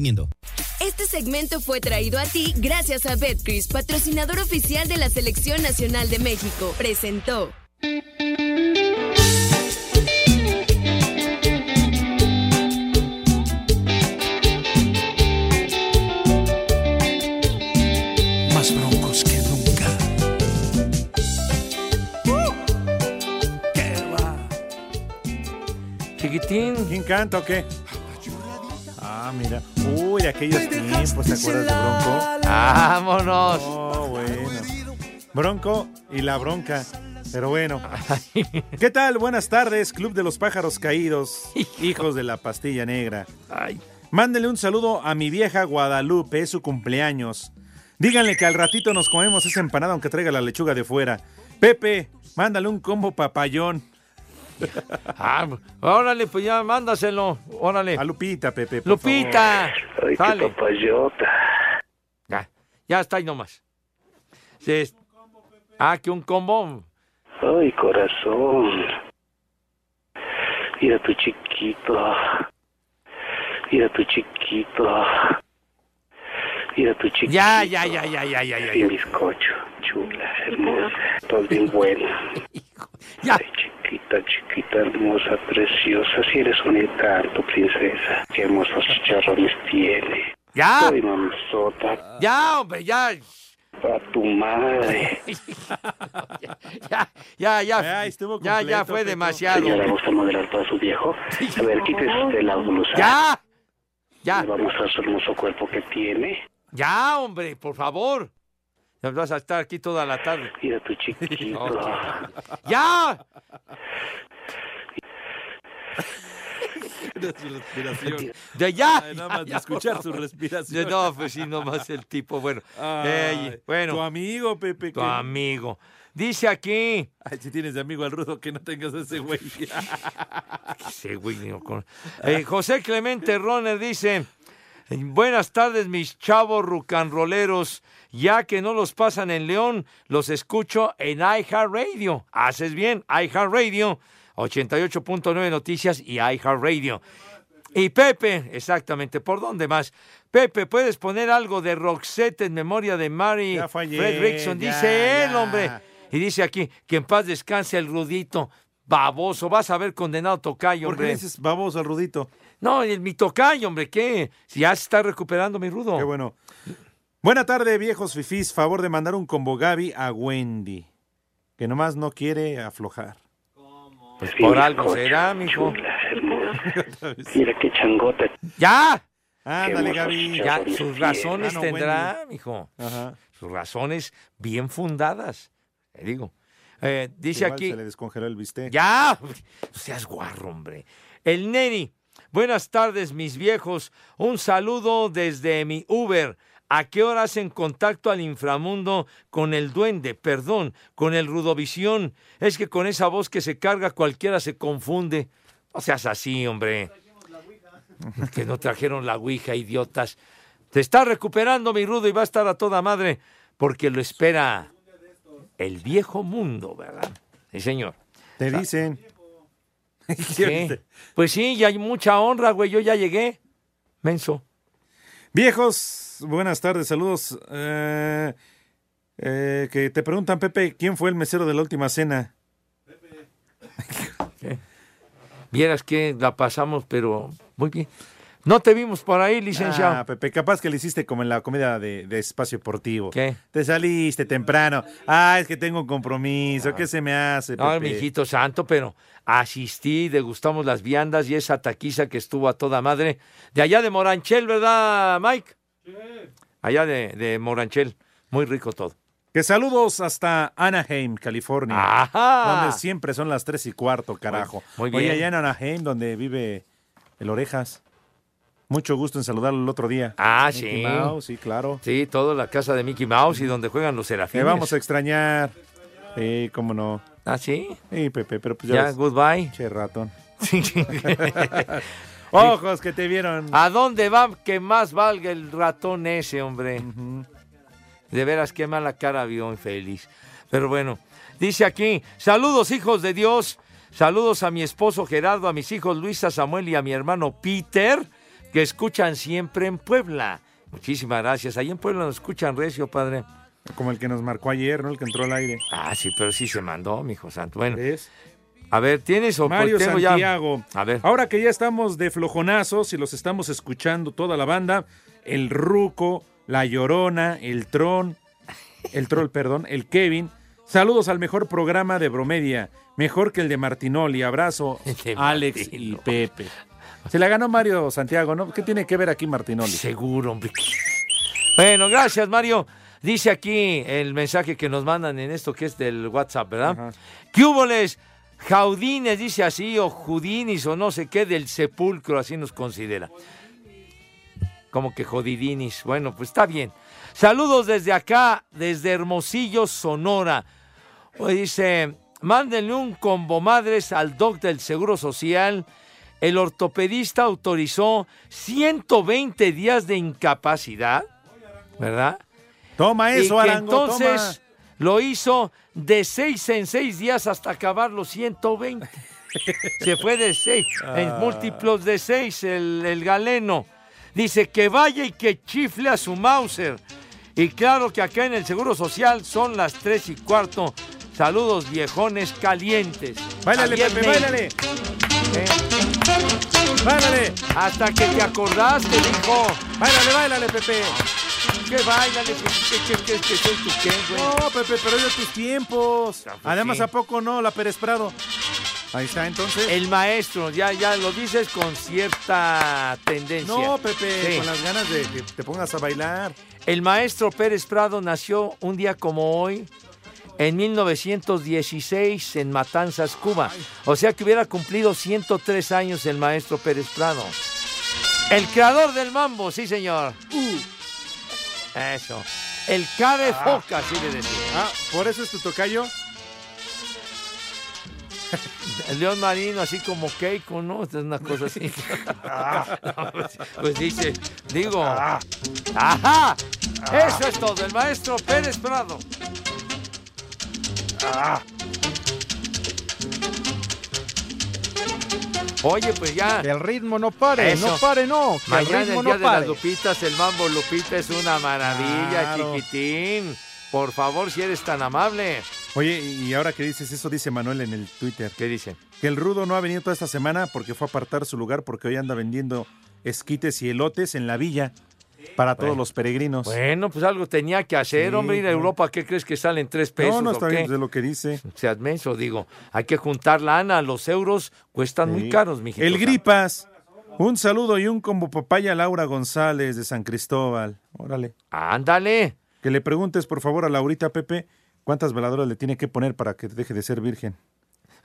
Este segmento fue traído a ti gracias a Betcris, patrocinador oficial de la Selección Nacional de México. Presentó.
más broncos que nunca.
Chiquitín.
¿Quién canta o qué? Ah, mira. Uy, de aquellos tiempos, ¿te acuerdas de Bronco?
¡Vámonos!
Oh, bueno. Bronco y la bronca. Pero bueno. ¿Qué tal? Buenas tardes, Club de los Pájaros Caídos, hijos de la pastilla negra. Mándele un saludo a mi vieja Guadalupe, es su cumpleaños. Díganle que al ratito nos comemos esa empanada aunque traiga la lechuga de fuera. Pepe, mándale un combo papayón.
Ah, órale, pues ya mándaselo. Órale. A
Lupita, Pepe.
por
Lupita.
favor. Ay, qué
Sale.
papayota.
Ya, ya está ahí nomás. Sí, es- Ah, que un combo.
Ay, corazón. Mira tu chiquito. Mira tu chiquito. Mira tu chiquito.
Ya, ya, ya, ya, ya, ya, ya.
Y bizcocho, chula, hermosa. Estás bien buena. Ay, chiquita, chiquita, hermosa, preciosa. Si eres un encanto, princesa. Qué hermosos chicharrones tiene.
Ya.
Ay, mamazota.
Ya, hombre, ya.
A tu madre.
Ya, ya, ya. Ya, ya,
completo,
fue
Pepo.
demasiado.
Señora, ¿gusta moderar para su viejo? A ver, quítese usted la blusa.
¡Ya! ¡Ya!
Le va a mostrar su hermoso cuerpo que tiene.
Ya, hombre, por favor. Ya vas a estar aquí toda la tarde.
Mira tu chiquito.
¡Ya!
Era su respiración.
De ya.
Ay, nada más de escuchar su respiración.
No, pues sí, nomás el tipo. Bueno,
Ay,
eh, bueno.
tu
amigo, Pepe.
Tu amigo. Dice aquí.
Ay, si tienes de amigo al rudo, que no tengas ese güey.
Sí, güey, ni lo con- Eh, José Clemente Roner dice: Buenas tardes, mis chavos rucanroleros. Ya que no los pasan en León, los escucho en iHeartRadio. Haces bien, iHeartRadio, 88.9 Noticias y iHeartRadio. Y Pepe, exactamente, ¿por dónde más? Pepe, ¿puedes poner algo de Roxette en memoria de Mary
Ya fue ayer,
Fredrickson?
ya,
Dice él,
ya.
hombre. Y dice aquí, que en paz descanse el rudito. Baboso, vas a ver condenado tocayo,
¿Por
hombre.
qué le dices baboso al rudito?
No, el, mi tocayo, hombre, ¿qué? Si ya se está recuperando mi rudo.
Qué bueno. Buena tarde, viejos fifís. Favor de mandar un combo Gaby a Wendy, que nomás no quiere aflojar.
Pues
por
algo será, mijo.
Mira qué changota.
¡Ya!
Ándale, Gaby.
¡Ah! Ya, sus razones
Ah, no,
tendrá,
Wendy.
mijo.
Ajá.
Sus razones bien fundadas, le digo. Eh, dice
Igual
aquí...
Se le descongeló el bistec.
¡Ya! No seas guarro, hombre. El Neri. Buenas tardes, mis viejos. Un saludo desde mi Uber. ¿A qué hora hacen contacto al inframundo con el duende? Perdón, con el Rudovisión. Es que con esa voz que se carga cualquiera se confunde. No seas así, hombre. Que no trajeron la Ouija, idiotas. Se está recuperando mi Rudo y va a estar a toda madre porque lo espera el viejo mundo, ¿verdad? Sí, señor.
Te dicen.
¿Qué? Pues sí, ya hay mucha honra, güey. Yo ya llegué. Menso.
Viejos, buenas tardes, saludos. Eh, eh, que te preguntan, Pepe, ¿quién fue el mesero de la última cena?
Vieras que la pasamos, pero muy bien. No te vimos por ahí, licenciado.
Ah, Pepe, capaz que le hiciste como en la comida de, de espacio deportivo.
¿Qué?
Te saliste temprano. Ah, es que tengo un compromiso. ¿Qué se me hace, Pepe?
No, mijito santo, pero asistí, degustamos las viandas y esa taquiza que estuvo a toda madre. De allá de Moranchel, ¿verdad, Mike? Allá de, de Moranchel. Muy rico todo.
Que saludos hasta Anaheim, California.
Ajá.
Donde siempre son las tres y cuarto, carajo.
Muy- muy bien.
Oye, allá en Anaheim, donde vive el Orejas. Mucho gusto en saludarlo el otro día.
Ah,
Mickey
sí.
Mouse, sí, claro.
Sí, toda la casa de Mickey Mouse y donde juegan los
Te
serafines.
vamos a extrañar. Sí, cómo no.
¿Ah, sí?
Sí, Pepe, pero pues ya.
Ya,
ves,
goodbye.
Che ratón.
Ojo.
Ojos que te vieron.
¿A dónde va que más valga el ratón ese, hombre? De veras, qué mala cara vio infeliz. Pero bueno, dice aquí, saludos hijos de Dios, saludos a mi esposo Gerardo, a mis hijos Luisa, Samuel y a mi hermano Peter, que escuchan siempre en Puebla. Muchísimas gracias. Ahí en Puebla nos escuchan recio, padre.
Como el que nos marcó ayer, ¿no? El que entró al aire.
Ah, sí, pero sí se mandó, mi hijo santo. Bueno, a ver, ¿tienes o
Mario
tengo ya-
Santiago.
A ver.
Ahora que ya estamos de flojonazos y los estamos escuchando toda la banda, el Ruco, la Llorona, el Tron, el Troll, perdón, el Kevin. Saludos al mejor programa de Bromedia, mejor que el de Martinoli. Abrazo,
De
Alex y Pepe. Se la ganó Mario Santiago, ¿no? ¿Qué tiene que ver aquí Martinoli?
Seguro, hombre. Bueno, gracias, Mario. Dice aquí el mensaje que nos mandan en esto que es del WhatsApp, ¿verdad? ¿Qué hubo les? Jaudines, dice así, o Judinis, o no sé qué, del sepulcro, así nos considera. Como que Jodidinis. Bueno, pues está bien. Saludos desde acá, desde Hermosillo, Sonora. O Dice, mándenle un combo madres al doc del Seguro Social. El ortopedista autorizó 120 días de incapacidad, ¿verdad?
Toma eso,
y que
Arango, toma.
entonces lo hizo de 6 en 6 días hasta acabar los 120. Se fue de 6, en
Ah.
múltiplos de 6 el, el galeno. Dice que vaya y que chifle a su Mauser. Y claro que acá en el Seguro Social son las 3 y cuarto. Saludos viejones calientes.
Báilale, Pepe,
Caliente.
báilale.
¡Báilale! Hasta que te acordaste, hijo.
¡Báilale, báilale, Pepe!
¿Qué báilale? ¿Qué, qué, qué, qué, qué, tú qué, güey?
No, Pepe, pero es de tus tiempos. Además,
sí.
¿a poco no? La Pérez Prado. Ahí está, entonces.
El maestro, ya, ya lo dices con cierta tendencia.
No, Pepe,
Sí.
con las ganas de que te pongas a bailar.
El maestro Pérez Prado nació un día como hoy, en 1916, en Matanzas, Cuba. O sea que hubiera cumplido 103 años el maestro Pérez Prado. El creador del mambo, sí, señor.
Uh.
Eso. Ah. El cabe foca, así le decía.
Ah, por eso es tu tocayo.
El león marino, así como Keiko, ¿no? Es una cosa así. No, pues, pues dice, digo. ¡Ajá! Eso es todo, el maestro Pérez Prado. Ah. Oye, pues ya.
Que el ritmo no pare,
Eso.
no pare, no. Que el
Mañana
ritmo
el día
no
de las
pare.
Lupitas, el mambo Lupita es una maravilla,
Claro.
chiquitín. Por favor, si eres tan amable.
Oye, y ahora que dices eso, dice Manuel en el Twitter.
¿Qué dice?
Que el rudo no ha venido toda esta semana porque fue a apartar su lugar porque hoy anda vendiendo esquites y elotes en la villa para todos
Bueno.
los peregrinos.
Bueno, pues algo tenía que hacer,
Sí,
hombre. Ir a
claro.
Europa, ¿qué crees que salen tres pesos?
no, no
o
está
qué?
bien pues, de lo que dice.
seas menso, digo. Hay que juntar lana, los euros cuestan muy
Sí.
caros, mijito.
El Gripas. Un saludo y un combo papaya a Laura González de San Cristóbal. Órale.
Ándale.
Que le preguntes, por favor, a Laurita Pepe cuántas veladoras le tiene que poner para que deje de ser virgen.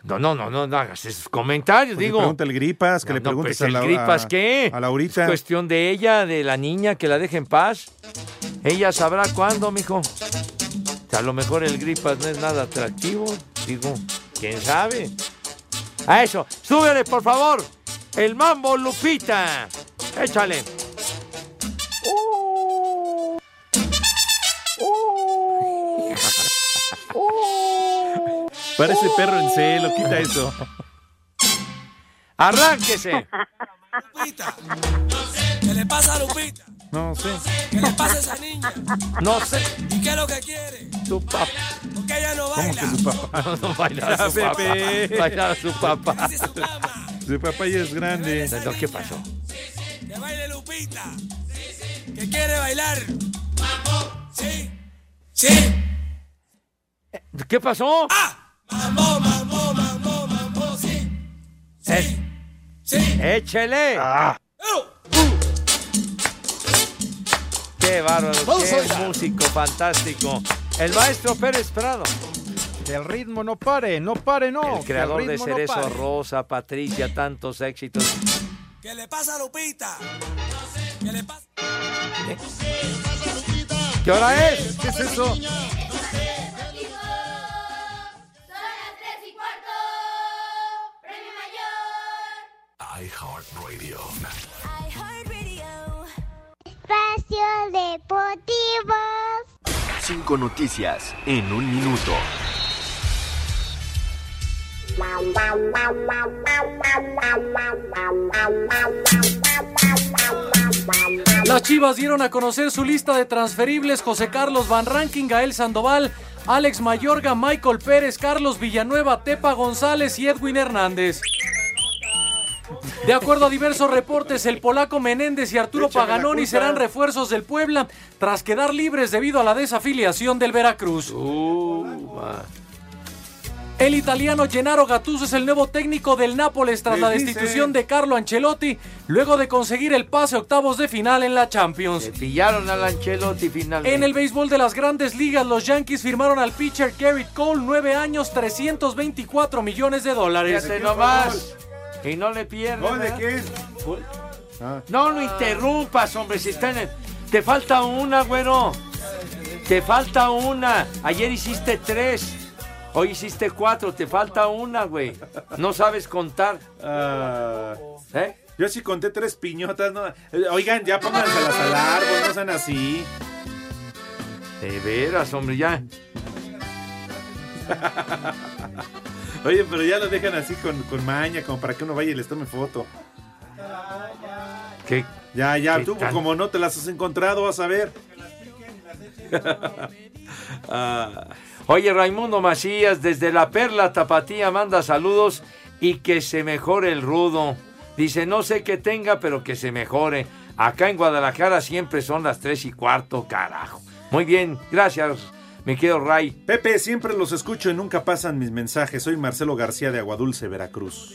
No, no, no, no, no hagas esos comentarios,
Pues le
digo.
pregunta al Gripas, que
No,
le
no,
preguntes
pues,
a,
el
la,
gripas,
a-
¿qué?
a Laurita.
Es cuestión de ella, de la niña, que la deje en paz. Ella sabrá cuándo, mijo. A lo mejor el gripas no es nada atractivo, digo, quién sabe. A eso, súbele, por favor, el mambo Lupita. Échale.
Parece perro en celo, quita eso.
¡Arránquese!
¿Qué le pasa a Lupita?
No sé.
¿Qué le pasa a esa niña?
No sé.
¿Y qué es lo que quiere?
Tu papá.
Porque ella no
¿Cómo
baila.
que su papá? No, no bailaba su papá.
Pepe.
Bailaba su papá.
Su papá ya es grande.
No, ¿Qué pasó?
Que baile Lupita. Que quiere bailar. Sí. Sí.
¿Qué pasó?
Ah. Mamó, mamó, mamó, mamó. Sí.
Eh,
Sí.
¡Échele!
Ah.
¡Qué bárbaro!
Vamos a
¡Qué
bailar.
músico fantástico! El maestro Pérez Prado.
Que el ritmo no pare, no pare, no.
El creador
Que
de
el ritmo no
Cerezo
pare.
Rosa, Patricia, tantos éxitos.
¿Qué le pasa a Lupita? ¿Qué le pasa?
¿Qué hora es? ¿Qué es eso?
iHeartRadio.
Espacio Deportivo.
Cinco noticias en un minuto.
Las Chivas dieron a conocer su lista de transferibles: José Carlos Van Ranking, Gael Sandoval, Alex Mayorga, Michael Pérez, Carlos Villanueva, Tepa González y Edwin Hernández. De acuerdo a diversos reportes, el polaco Menéndez y Arturo
Échame la
Paganoni
culpa.
serán refuerzos del Puebla tras quedar libres debido a la desafiliación del Veracruz.
Uh.
El italiano Gennaro Gattuso es el nuevo técnico del Nápoles tras
Les
la
dice.
destitución de Carlo Ancelotti luego de conseguir el pase a octavos de final en la Champions.
Pillaron al Ancelotti finalmente.
En el béisbol de las grandes ligas, los Yankees firmaron al pitcher Garrett Cole 9 años, 324 millones de dólares.
Fíjate nomás. Y no le pierden.
¿Gol de
qué? No lo interrumpas, hombre. Si están en... Te falta una, güero. Te falta una. Ayer hiciste tres. Hoy hiciste cuatro. Te falta una, güey. No sabes contar.
Ah.
¿Eh?
Yo sí conté tres piñotas. ¿no? Eh, Oigan, ya pónganselas al árbol, no sean así.
De veras, hombre, ya.
Oye, pero ya lo dejan así con, con maña, como para que uno vaya y les tome foto.
¿Qué?
Ya, ya,
qué
tú
tal?
como no te las has encontrado, vas a ver.
Ah. Oye, Raimundo Macías, desde la Perla Tapatía manda saludos y que se mejore el rudo. Dice, no sé qué tenga, pero que se mejore. Acá en Guadalajara siempre son las tres y cuarto, carajo. Muy bien, gracias, mi querido Ray.
Pepe, siempre los escucho y nunca pasan mis mensajes. Soy Marcelo García de Aguadulce, Veracruz.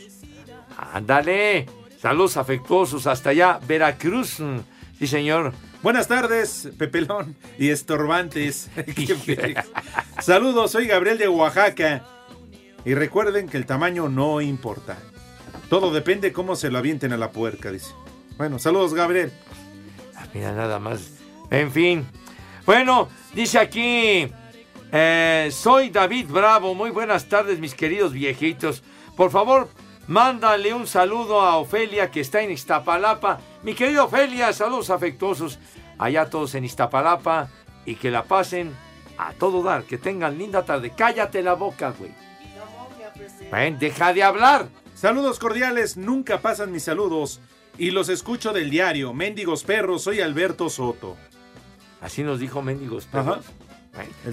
Ándale, saludos afectuosos hasta allá, Veracruz. Mm, Sí, señor.
Buenas tardes, Pepelón y estorbantes. Qué feos. Saludos, soy Gabriel de Oaxaca. Y recuerden que el tamaño no importa. Todo depende cómo se lo avienten a la puerca, dice. Bueno, saludos, Gabriel.
Mira, nada más. En fin. Bueno, dice aquí, eh, soy David Bravo. Muy buenas tardes, mis queridos viejitos. Por favor, mándale un saludo a Ofelia, que está en Iztapalapa. Mi querida Ofelia, saludos afectuosos. Allá todos en Iztapalapa y que la pasen a todo dar. Que tengan linda tarde. Cállate la boca, güey. Ven, deja de hablar.
Saludos cordiales, nunca pasan mis saludos. Y los escucho del diario. Mendigos perros, soy Alberto Soto.
Así nos dijo Mendigos
Ajá.
Perros.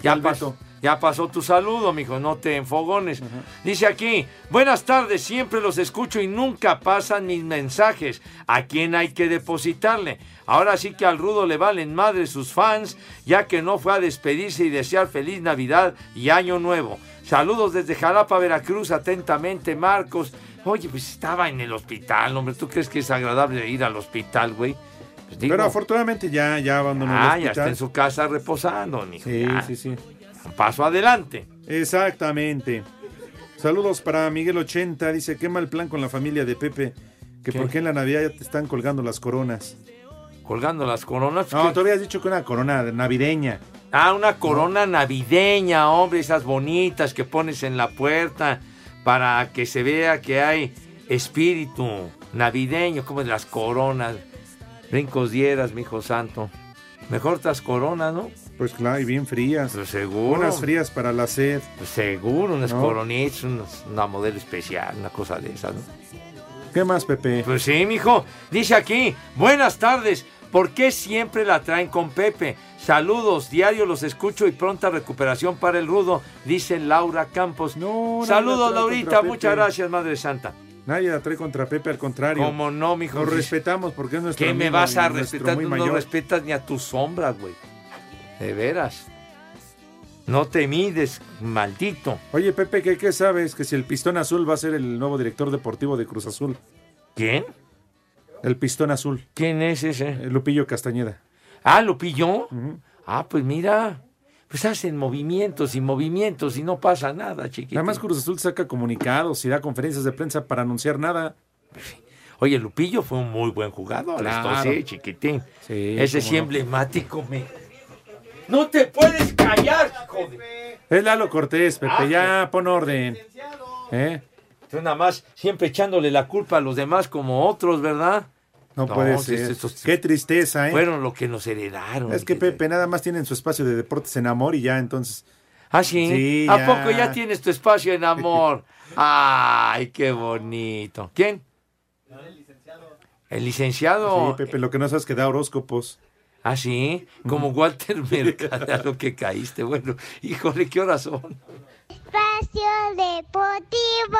Ya pasó, ya pasó tu saludo, mijo, no te enfogones. Dice aquí, buenas tardes, siempre los escucho y nunca pasan mis mensajes. ¿A quién hay que depositarle? Ahora sí que al rudo le valen madre sus fans, ya que no fue a despedirse y desear feliz Navidad y Año Nuevo. Saludos desde Jalapa, Veracruz, atentamente, Marcos. Oye, pues estaba en el hospital, hombre, ¿tú crees que es agradable ir al hospital, güey? Pues digo,
Pero afortunadamente ya, ya abandonó
ah,
el
ya está en
hospital.
su casa reposando, mijo.
Sí,
ya.
sí, sí.
Un paso adelante.
Exactamente. Saludos para Miguel 80. Dice, qué mal plan con la familia de Pepe. Que por qué en la Navidad ya te están colgando las coronas.
Colgando las coronas.
No,
¿qué?
tú habías dicho que una corona navideña.
Ah, una corona navideña, hombre, esas bonitas que pones en la puerta para que se vea que hay espíritu navideño, como las coronas. Brincos dieras, mijo santo. Mejor estas coronas, ¿no?
Pues claro, y bien frías.
Pues seguro.
Unas frías para la sed.
Pues seguro, unas ¿No? coronetas, unas- una modelo especial, una cosa de esas, ¿no?
¿Qué más, Pepe?
Pues sí, mijo. Dice aquí, buenas tardes. ¿Por qué siempre la traen con Pepe? Saludos, diario los escucho y pronta recuperación para el rudo, dice Laura Campos.
no
Saludos,
la trae
Laurita,
contra Pepe.
muchas gracias, Madre Santa.
Nadie la trae contra Pepe, al contrario.
Como no, mijo.
Nos
Dice,
respetamos porque es nuestro
¿Qué me
amigo
vas a
y nuestro
respetar?
muy
Tú no
mayor.
respetas ni a tus sombras, güey. De veras. No te mides, maldito.
Oye, Pepe, ¿qué, ¿qué sabes? Que si el Pistón Azul va a ser el nuevo director deportivo de Cruz Azul.
¿Quién?
El Pistón Azul.
¿Quién es ese?
Lupillo Castañeda.
Ah, ¿lo pilló? Ah, pues mira. Pues hacen movimientos y movimientos y no pasa nada, chiquito.
Además, Cruz Azul saca comunicados y da conferencias de prensa para anunciar nada.
Oye, Lupillo fue un muy buen jugador.
Claro.
esto sí, chiquitín.
Sí,
Ese
cómo
sí
no.
emblemático me... ¡No te puedes callar, joder!
Es Lalo Cortés, Pepe, ya pon orden. ¿Eh?
Tú nada más siempre echándole la culpa a los demás como otros, ¿verdad?
No, puede
sí,
ser.
estos
Qué tristeza, ¿eh?
Fueron lo que nos heredaron.
es que Pepe nada más tienen su espacio de deportes en amor y ya, entonces.
¿Ah, sí?
Sí,
¿A
ya.
poco ya tienes tu espacio en amor? ¡Ay, qué bonito! ¿Quién? El licenciado.
Sí, Pepe, lo que no sabes que da horóscopos.
¿Ah, sí? Como
Mm.
Walter Mercado, a lo que caíste. Bueno, híjole, qué horas son.
Espacio Deportivo.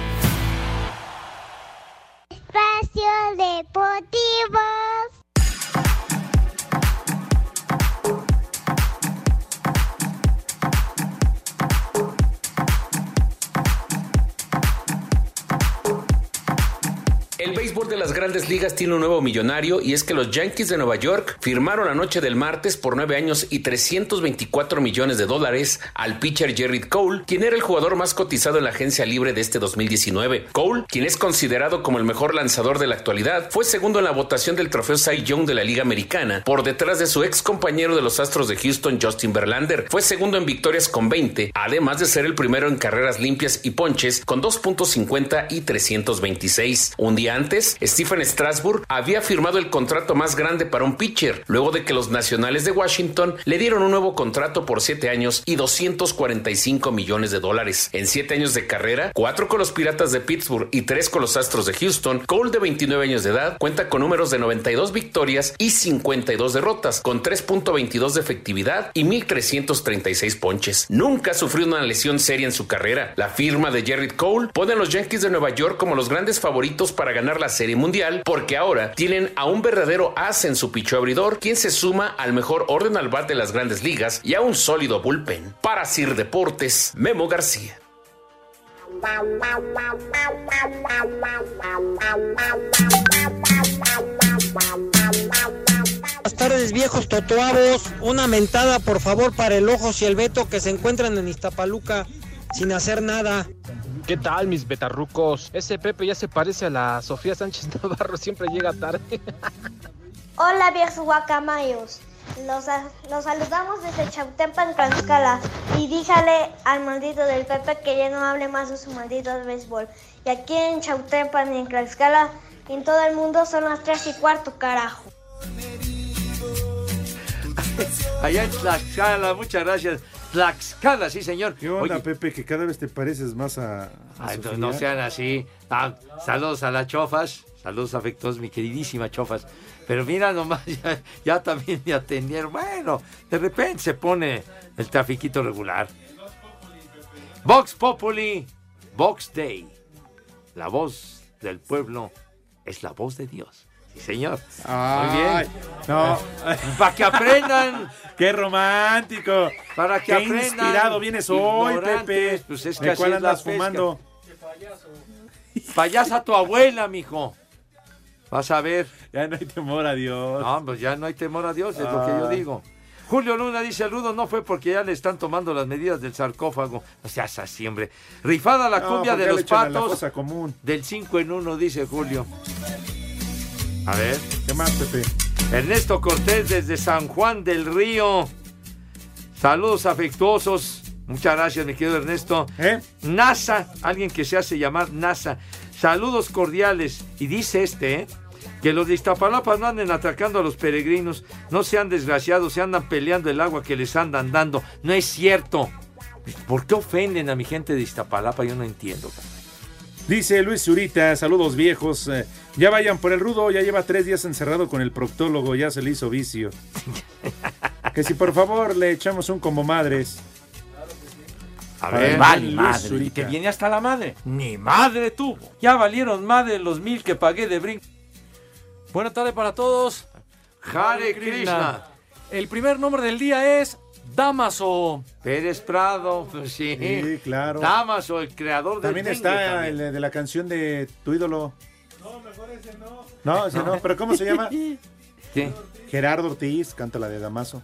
Espacio Deportivo.
El béisbol de las grandes ligas tiene un nuevo millonario y es que los Yankees de Nueva York firmaron la noche del martes por nueve años y 324 millones de dólares al pitcher Jared Cole, quien era el jugador más cotizado en la agencia libre de este 2019. Cole, quien es considerado como el mejor lanzador de la actualidad, fue segundo en la votación del trofeo Cy Young de la Liga Americana por detrás de su ex compañero de los Astros de Houston, Justin Verlander. Fue segundo en victorias con 20, además de ser el primero en carreras limpias y ponches con 2.50 y 326. Un día antes, Stephen Strasburg había firmado el contrato más grande para un pitcher, luego de que los nacionales de Washington le dieron un nuevo contrato por 7 años y 245 millones de dólares. En 7 años de carrera, 4 con los Piratas de Pittsburgh y 3 con los Astros de Houston, Cole de 29 años de edad cuenta con números de 92 victorias y 52 derrotas, con 3.22 de efectividad y 1.336 ponches. Nunca sufrió una lesión seria en su carrera. La firma de Jared Cole pone a los Yankees de Nueva York como los grandes favoritos para ganar la Serie Mundial, porque ahora tienen a un verdadero as en su picho abridor, quien se suma al mejor orden al bat de las grandes ligas y a un sólido bullpen. Para Sir Deportes, Memo García.
Buenas tardes, viejos totoabos. Una mentada, por favor, para el Ojos y el Beto que se encuentran en Iztapaluca sin hacer nada.
¿Qué tal, mis betarrucos? Ese Pepe ya se parece a la Sofía Sánchez Navarro, siempre llega tarde.
Hola, viejos guacamayos. Los, a- los saludamos desde Chautempan, Tlaxcala. Y díjale al maldito del Pepe que ya no hable más de su maldito de béisbol. Y aquí en Chautempan y en Tlaxcala, y en todo el mundo son las tres y cuarto, carajo.
Allá en Tlaxcala, muchas gracias. Tlaxcala, sí, señor.
¿Qué onda,
Oye,
Pepe? Que cada vez te pareces más a. a
ay, no-
Sofía.
no sean así. Ah, saludos a las chofas. Saludos afectuosos, mi queridísima chofas. Pero mira nomás, ya, ya también me atendieron. Bueno, de repente se pone el trafiquito regular. Vox Populi, Vox Day. La voz del pueblo es la voz de Dios. Sí, señor. Muy
Ay,
bien. Ah.
no.
Para que aprendan.
¡Qué romántico!
Para que
Qué
aprendan.
inspirado vienes hoy,
Ignorantes,
Pepe.
Pues es que
¿De
así
cuál
es la
andas
pesca.
fumando?
Payasa tu abuela, mijo. Vas a ver.
Ya no hay temor a Dios. Ah.
No, pues ya no hay temor a Dios, es lo que yo digo. Julio Luna dice, el rudo no fue porque ya le están tomando las medidas del sarcófago. O sea, esa siempre. Rifada la
No,
cumbia
porque
de
le
los
echan a la
patos.
fosa común.
Del 5 en 1, dice Julio. A ver.
¿Qué más, Pepe?
Ernesto Cortés desde San Juan del Río. Saludos afectuosos. Muchas gracias, mi querido Ernesto.
¿Eh?
NASA, alguien que se hace llamar NASA. Saludos cordiales. Y dice este, ¿eh? Que los de Iztapalapa no anden atacando a los peregrinos, no sean desgraciados, se andan peleando el agua que les andan dando. No es cierto. ¿Por qué ofenden a mi gente de Iztapalapa? Yo no entiendo.
Dice Luis Zurita, saludos viejos. eh, Ya vayan por el rudo, ya lleva tres días encerrado con el proctólogo, ya se le hizo vicio. que si por favor le echamos un como madres.
A
ver,
vale
Luis
madre,
Zurita.
que viene hasta la madre. Ni madre tuvo. Ya valieron madre los mil que pagué de brinco.
Buena tarde para todos.
Hare Krishna.
El primer nombre del día es Damaso.
Pérez Prado, pues sí.
Sí, claro.
Damaso, el creador del
También
dengue
está
también.
el de la canción de tu ídolo. No, ese no, pero ¿cómo se llama?
¿Qué?
Gerardo Ortiz, canta la de Damaso.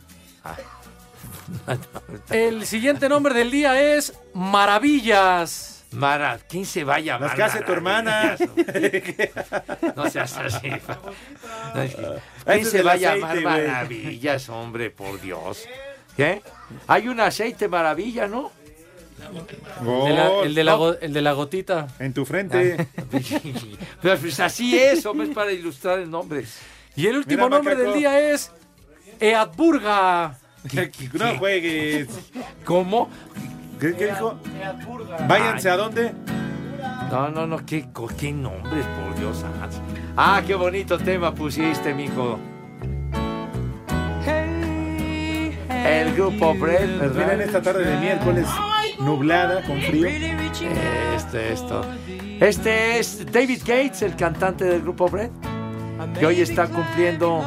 El siguiente nombre del día es Maravillas.
Mara, ¿quién se vaya a
Las
llamar
que hace tu
maravillas, hombre? No seas así. No, es que- ¿Quién
Ah, ese
se
es
va a
el
llamar
aceite, güey.
maravillas, hombre, por Dios? ¿Qué? Hay un aceite maravilla, ¿no?
El de la- el de la go- el de la gotita.
En tu frente.
Ah, Pero pues así es, hombre, es para ilustrar el nombre.
Y el último nombre del día es Eadburga.
No juegues.
¿Cómo?
¿Qué, qué dijo? Váyanse a dónde.
No, no, no, qué, co- qué nombres, por Dios. ah. Ah, qué bonito tema pusiste, mijo. El grupo Brel,
Nos miran
¿verdad?
esta tarde de miércoles, nublada, con frío.
Este, esto. Este es David Gates, el cantante del grupo Brel, que hoy está cumpliendo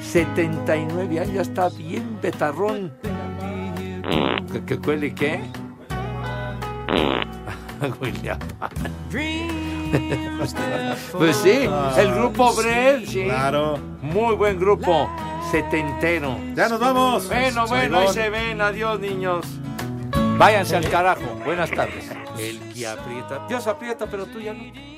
79 años, ya está bien betarrón. ¿Que, que cuele qué? William. pues sí, el grupo Brel, sí.
Claro.
Muy buen grupo, setentero.
Ya nos vamos.
Bueno, bueno, ahí se ven. Adiós, niños. Váyanse al carajo. Buenas tardes. El que aprieta. Dios aprieta, pero tú ya no.